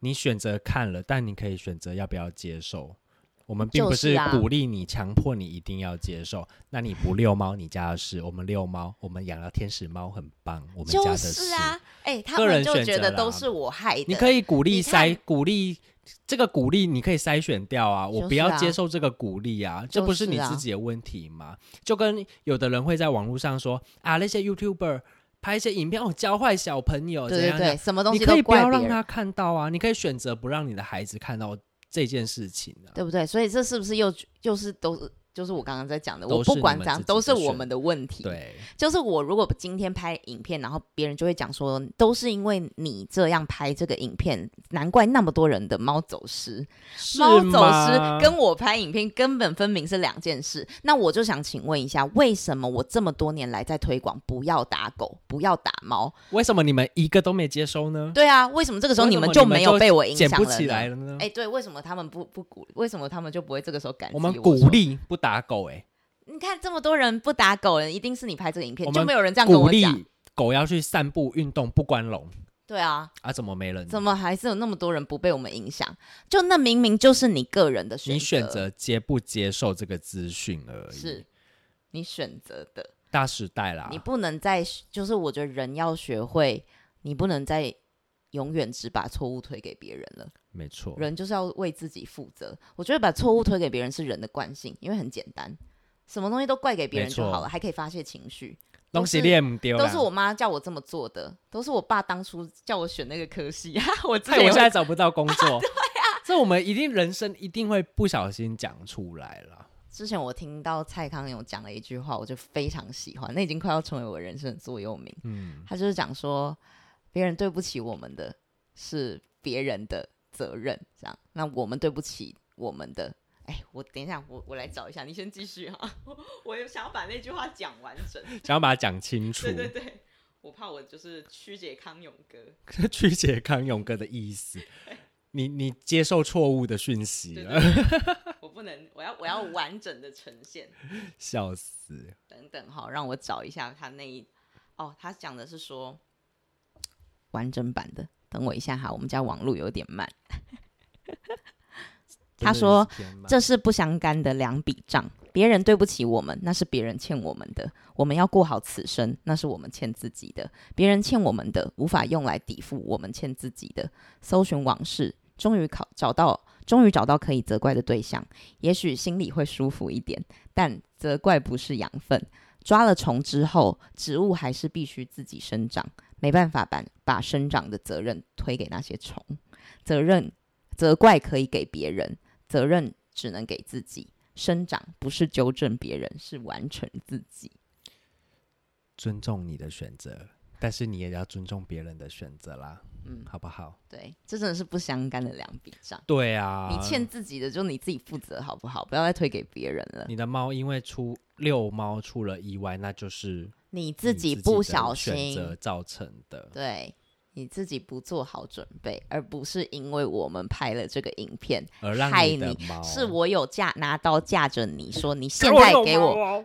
[SPEAKER 1] 你选择看了，但你可以选择要不要接受。我们并
[SPEAKER 2] 就
[SPEAKER 1] 不
[SPEAKER 2] 是
[SPEAKER 1] 是
[SPEAKER 2] 啊
[SPEAKER 1] 鼓励你、强迫你一定要接受。那你不遛猫，你家的事；我们遛猫，我们养了天使猫，很棒，我们家
[SPEAKER 2] 就
[SPEAKER 1] 的
[SPEAKER 2] 是
[SPEAKER 1] 事。
[SPEAKER 2] 啊，哎、他
[SPEAKER 1] 个
[SPEAKER 2] 们
[SPEAKER 1] 人
[SPEAKER 2] 就
[SPEAKER 1] 选
[SPEAKER 2] 觉
[SPEAKER 1] 择
[SPEAKER 2] 得
[SPEAKER 1] 啦
[SPEAKER 2] 都是我害的。
[SPEAKER 1] 你可
[SPEAKER 2] 以，
[SPEAKER 1] 以鼓励
[SPEAKER 2] 你看
[SPEAKER 1] 筛，鼓励这个鼓励你可以筛选掉啊，
[SPEAKER 2] 就是啊
[SPEAKER 1] 我不要接受这个鼓励啊，这不是你自己的问题吗？就跟有的人会在网络上说啊，那些 YouTuber 拍一些影片哦，教坏小朋友，
[SPEAKER 2] 对
[SPEAKER 1] 怎哦
[SPEAKER 2] 对
[SPEAKER 1] 样
[SPEAKER 2] 对，什么东
[SPEAKER 1] 你
[SPEAKER 2] 西
[SPEAKER 1] 可
[SPEAKER 2] 都
[SPEAKER 1] 以不
[SPEAKER 2] 怪
[SPEAKER 1] 要
[SPEAKER 2] 别
[SPEAKER 1] 让
[SPEAKER 2] 人，
[SPEAKER 1] 他看到啊，你可以选择不让你的孩子看到这件事情啊。
[SPEAKER 2] 对不对？所以这是不是又就是都是就是我刚刚在讲的，我
[SPEAKER 1] 都是
[SPEAKER 2] 不
[SPEAKER 1] 你
[SPEAKER 2] 管
[SPEAKER 1] 们
[SPEAKER 2] 怎样
[SPEAKER 1] 自己
[SPEAKER 2] 都
[SPEAKER 1] 的
[SPEAKER 2] 是我
[SPEAKER 1] 选
[SPEAKER 2] 们的问题。
[SPEAKER 1] 对，
[SPEAKER 2] 就是我如果今天拍影片，然后别人就会讲说，都是因为你这样拍这个影片，难怪那么多人的猫走失。
[SPEAKER 1] 是
[SPEAKER 2] 猫走
[SPEAKER 1] 吗
[SPEAKER 2] 失跟我拍影片根本分明是两件事。那我就想请问一下，为什么我这么多年来在推广不要打狗、不要打猫？
[SPEAKER 1] 为什么你们一个都没接收呢？
[SPEAKER 2] 对啊，为什么这个时候
[SPEAKER 1] 为
[SPEAKER 2] 你
[SPEAKER 1] 什么
[SPEAKER 2] 们
[SPEAKER 1] 你们
[SPEAKER 2] 没有
[SPEAKER 1] 就
[SPEAKER 2] 被我影
[SPEAKER 1] 捡
[SPEAKER 2] 响
[SPEAKER 1] 不
[SPEAKER 2] 了
[SPEAKER 1] 起
[SPEAKER 2] 呢
[SPEAKER 1] 来了呢？
[SPEAKER 2] 哎、对，为什么他们不不鼓？为什么他们就不会这个时候感激
[SPEAKER 1] 我
[SPEAKER 2] 我
[SPEAKER 1] 们
[SPEAKER 2] 说
[SPEAKER 1] 鼓。励不打狗、欸，
[SPEAKER 2] 你看这么多人不打狗了，一定是你拍这个影片，
[SPEAKER 1] 我
[SPEAKER 2] 就
[SPEAKER 1] 们
[SPEAKER 2] 没有人这样跟
[SPEAKER 1] 鼓
[SPEAKER 2] 我讲。
[SPEAKER 1] 励狗要去散步、运动，不关笼
[SPEAKER 2] 对啊，
[SPEAKER 1] 啊？怎么没人？
[SPEAKER 2] 怎么还是有那么多人不被我们影响？就那明明就是你个人的选择，
[SPEAKER 1] 你选择接不接受这个资讯而已。啊
[SPEAKER 2] 是你选择的，
[SPEAKER 1] 大时代啦，
[SPEAKER 2] 你不能再就是我觉得人要学会，你不能再永远只把错误推给别人了。
[SPEAKER 1] 没错，
[SPEAKER 2] 人就是要为自己负责。我觉得把错误推给别人是人的惯性，因为很简单，什么东西都怪给别人
[SPEAKER 1] 没
[SPEAKER 2] 就
[SPEAKER 1] 错
[SPEAKER 2] 好了，还可以发泄情绪。
[SPEAKER 1] 东西练不丢啦，
[SPEAKER 2] 都是我妈叫我这么做的，都是我爸当初叫我选那个科系啊。 我之
[SPEAKER 1] 害
[SPEAKER 2] 前
[SPEAKER 1] 我
[SPEAKER 2] 有
[SPEAKER 1] 现在找不到工
[SPEAKER 2] 啊
[SPEAKER 1] 作。这我们一定人生一定会不小心讲出来了。
[SPEAKER 2] 之前我听到蔡康永讲了一句话，我就非常喜欢，那已经快要成为我人生的座右铭。
[SPEAKER 1] 嗯，
[SPEAKER 2] 他就是讲说，别人对不起我们的是别人的责任，这样，那我们对不起我们的。哎，我等一下，我我来找一下，你先继续哈、 啊。我有想要把那句话讲完整。
[SPEAKER 1] 想要把它讲清楚
[SPEAKER 2] 对，对对，我怕我就是曲解康永哥。
[SPEAKER 1] 曲解康永哥的意思。你你接受错误的讯息
[SPEAKER 2] 对
[SPEAKER 1] 了，
[SPEAKER 2] 对对我不能，我要我要完整的呈现。
[SPEAKER 1] 笑死！
[SPEAKER 2] 等等哈，让我找一下他那一哦，他讲的是说完整版的。等我一下哈，我们家网络有点慢。他说
[SPEAKER 1] 真的是天哪
[SPEAKER 2] 这是不相干的两笔账，别人对不起我们，那是别人欠我们的；我们要过好此生，那是我们欠自己的。别人欠我们的，无法用来抵付我们欠自己的。搜寻往事，终于考找到，终于找到可以责怪的对象，也许心里会舒服一点，但责怪不是养分。抓了虫之后，植物还是必须自己生长，没办法把把生长的责任推给那些虫。责任责怪可以给别人，责任只能给自己。生长不是纠正别人，是完成自己。
[SPEAKER 1] 尊重你的选择，但是你也要尊重别人的选择啦，
[SPEAKER 2] 嗯，
[SPEAKER 1] 好不好？
[SPEAKER 2] 对，这真的是不相干的两笔账。
[SPEAKER 1] 对啊，
[SPEAKER 2] 你欠自己的就你自己负责，好不好？不要再推给别人了。
[SPEAKER 1] 你的猫因为出遛猫出了意外，那就是
[SPEAKER 2] 你
[SPEAKER 1] 你
[SPEAKER 2] 自己不
[SPEAKER 1] 的
[SPEAKER 2] 小
[SPEAKER 1] 选
[SPEAKER 2] 心
[SPEAKER 1] 择，造成的。
[SPEAKER 2] 对，你自己不做好准备，而不是因为我们拍了这个影片，
[SPEAKER 1] 而让
[SPEAKER 2] 害
[SPEAKER 1] 的
[SPEAKER 2] 你
[SPEAKER 1] 猫
[SPEAKER 2] 是我有架拿刀架着你说你现在给我，
[SPEAKER 1] 我哦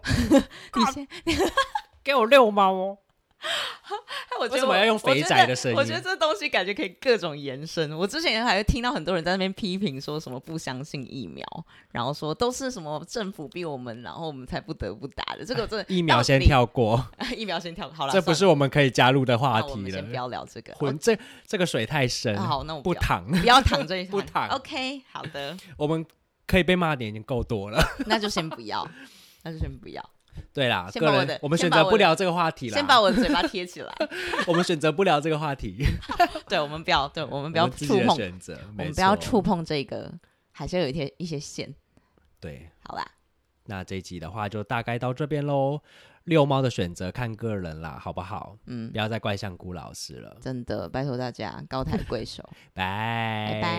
[SPEAKER 2] 你现
[SPEAKER 1] 给我遛猫哦，
[SPEAKER 2] 我
[SPEAKER 1] 为
[SPEAKER 2] 觉得
[SPEAKER 1] 什么
[SPEAKER 2] 我
[SPEAKER 1] 要用
[SPEAKER 2] 我
[SPEAKER 1] 肥
[SPEAKER 2] 觉
[SPEAKER 1] 宅
[SPEAKER 2] 得
[SPEAKER 1] 的声
[SPEAKER 2] 我觉得
[SPEAKER 1] 音
[SPEAKER 2] 这东西感觉可以各种延伸。我之前还会听到很多人在那边批评说什么不相信疫苗，然后说都是什么政府逼我们，然后我们才不得不打的。这个我真的
[SPEAKER 1] 疫苗先，跳过，
[SPEAKER 2] 到底 疫苗先跳，好了，
[SPEAKER 1] 这不
[SPEAKER 2] 算
[SPEAKER 1] 是我们可以加入的
[SPEAKER 2] 了
[SPEAKER 1] 话
[SPEAKER 2] 那我
[SPEAKER 1] 题
[SPEAKER 2] 们先不
[SPEAKER 1] 了。
[SPEAKER 2] 要聊这个。
[SPEAKER 1] 混这这个水太深
[SPEAKER 2] 哦，好，那我
[SPEAKER 1] 不
[SPEAKER 2] 不要
[SPEAKER 1] 淌。
[SPEAKER 2] 不要躺这一
[SPEAKER 1] 不躺
[SPEAKER 2] OK，好的，
[SPEAKER 1] 我们可以被骂的点已经够多了。
[SPEAKER 2] 那就先不要，那就先不要，
[SPEAKER 1] 对啦，
[SPEAKER 2] 先
[SPEAKER 1] 个
[SPEAKER 2] 把我
[SPEAKER 1] 人
[SPEAKER 2] 的
[SPEAKER 1] 我们
[SPEAKER 2] 先
[SPEAKER 1] 选
[SPEAKER 2] 把
[SPEAKER 1] 择
[SPEAKER 2] 我
[SPEAKER 1] 不
[SPEAKER 2] 的
[SPEAKER 1] 聊这个话题啦。
[SPEAKER 2] 先把我的嘴巴贴 起来。
[SPEAKER 1] 我们选择不聊这个话题，
[SPEAKER 2] 对，我们不要，对， 我
[SPEAKER 1] 我
[SPEAKER 2] 们不要
[SPEAKER 1] 们自己
[SPEAKER 2] 触
[SPEAKER 1] 的
[SPEAKER 2] 碰，
[SPEAKER 1] 选择，
[SPEAKER 2] 我
[SPEAKER 1] 没
[SPEAKER 2] 们不要
[SPEAKER 1] 错
[SPEAKER 2] 触。碰这个，还是有一些一些线，
[SPEAKER 1] 对，
[SPEAKER 2] 好吧？
[SPEAKER 1] 那这一集的话就大概到这边喽。遛猫的选择看个人啦，好不好？
[SPEAKER 2] 嗯
[SPEAKER 1] 不。要再怪香菇老师了，
[SPEAKER 2] 真的，拜托大家高抬贵手，
[SPEAKER 1] 拜
[SPEAKER 2] 拜拜。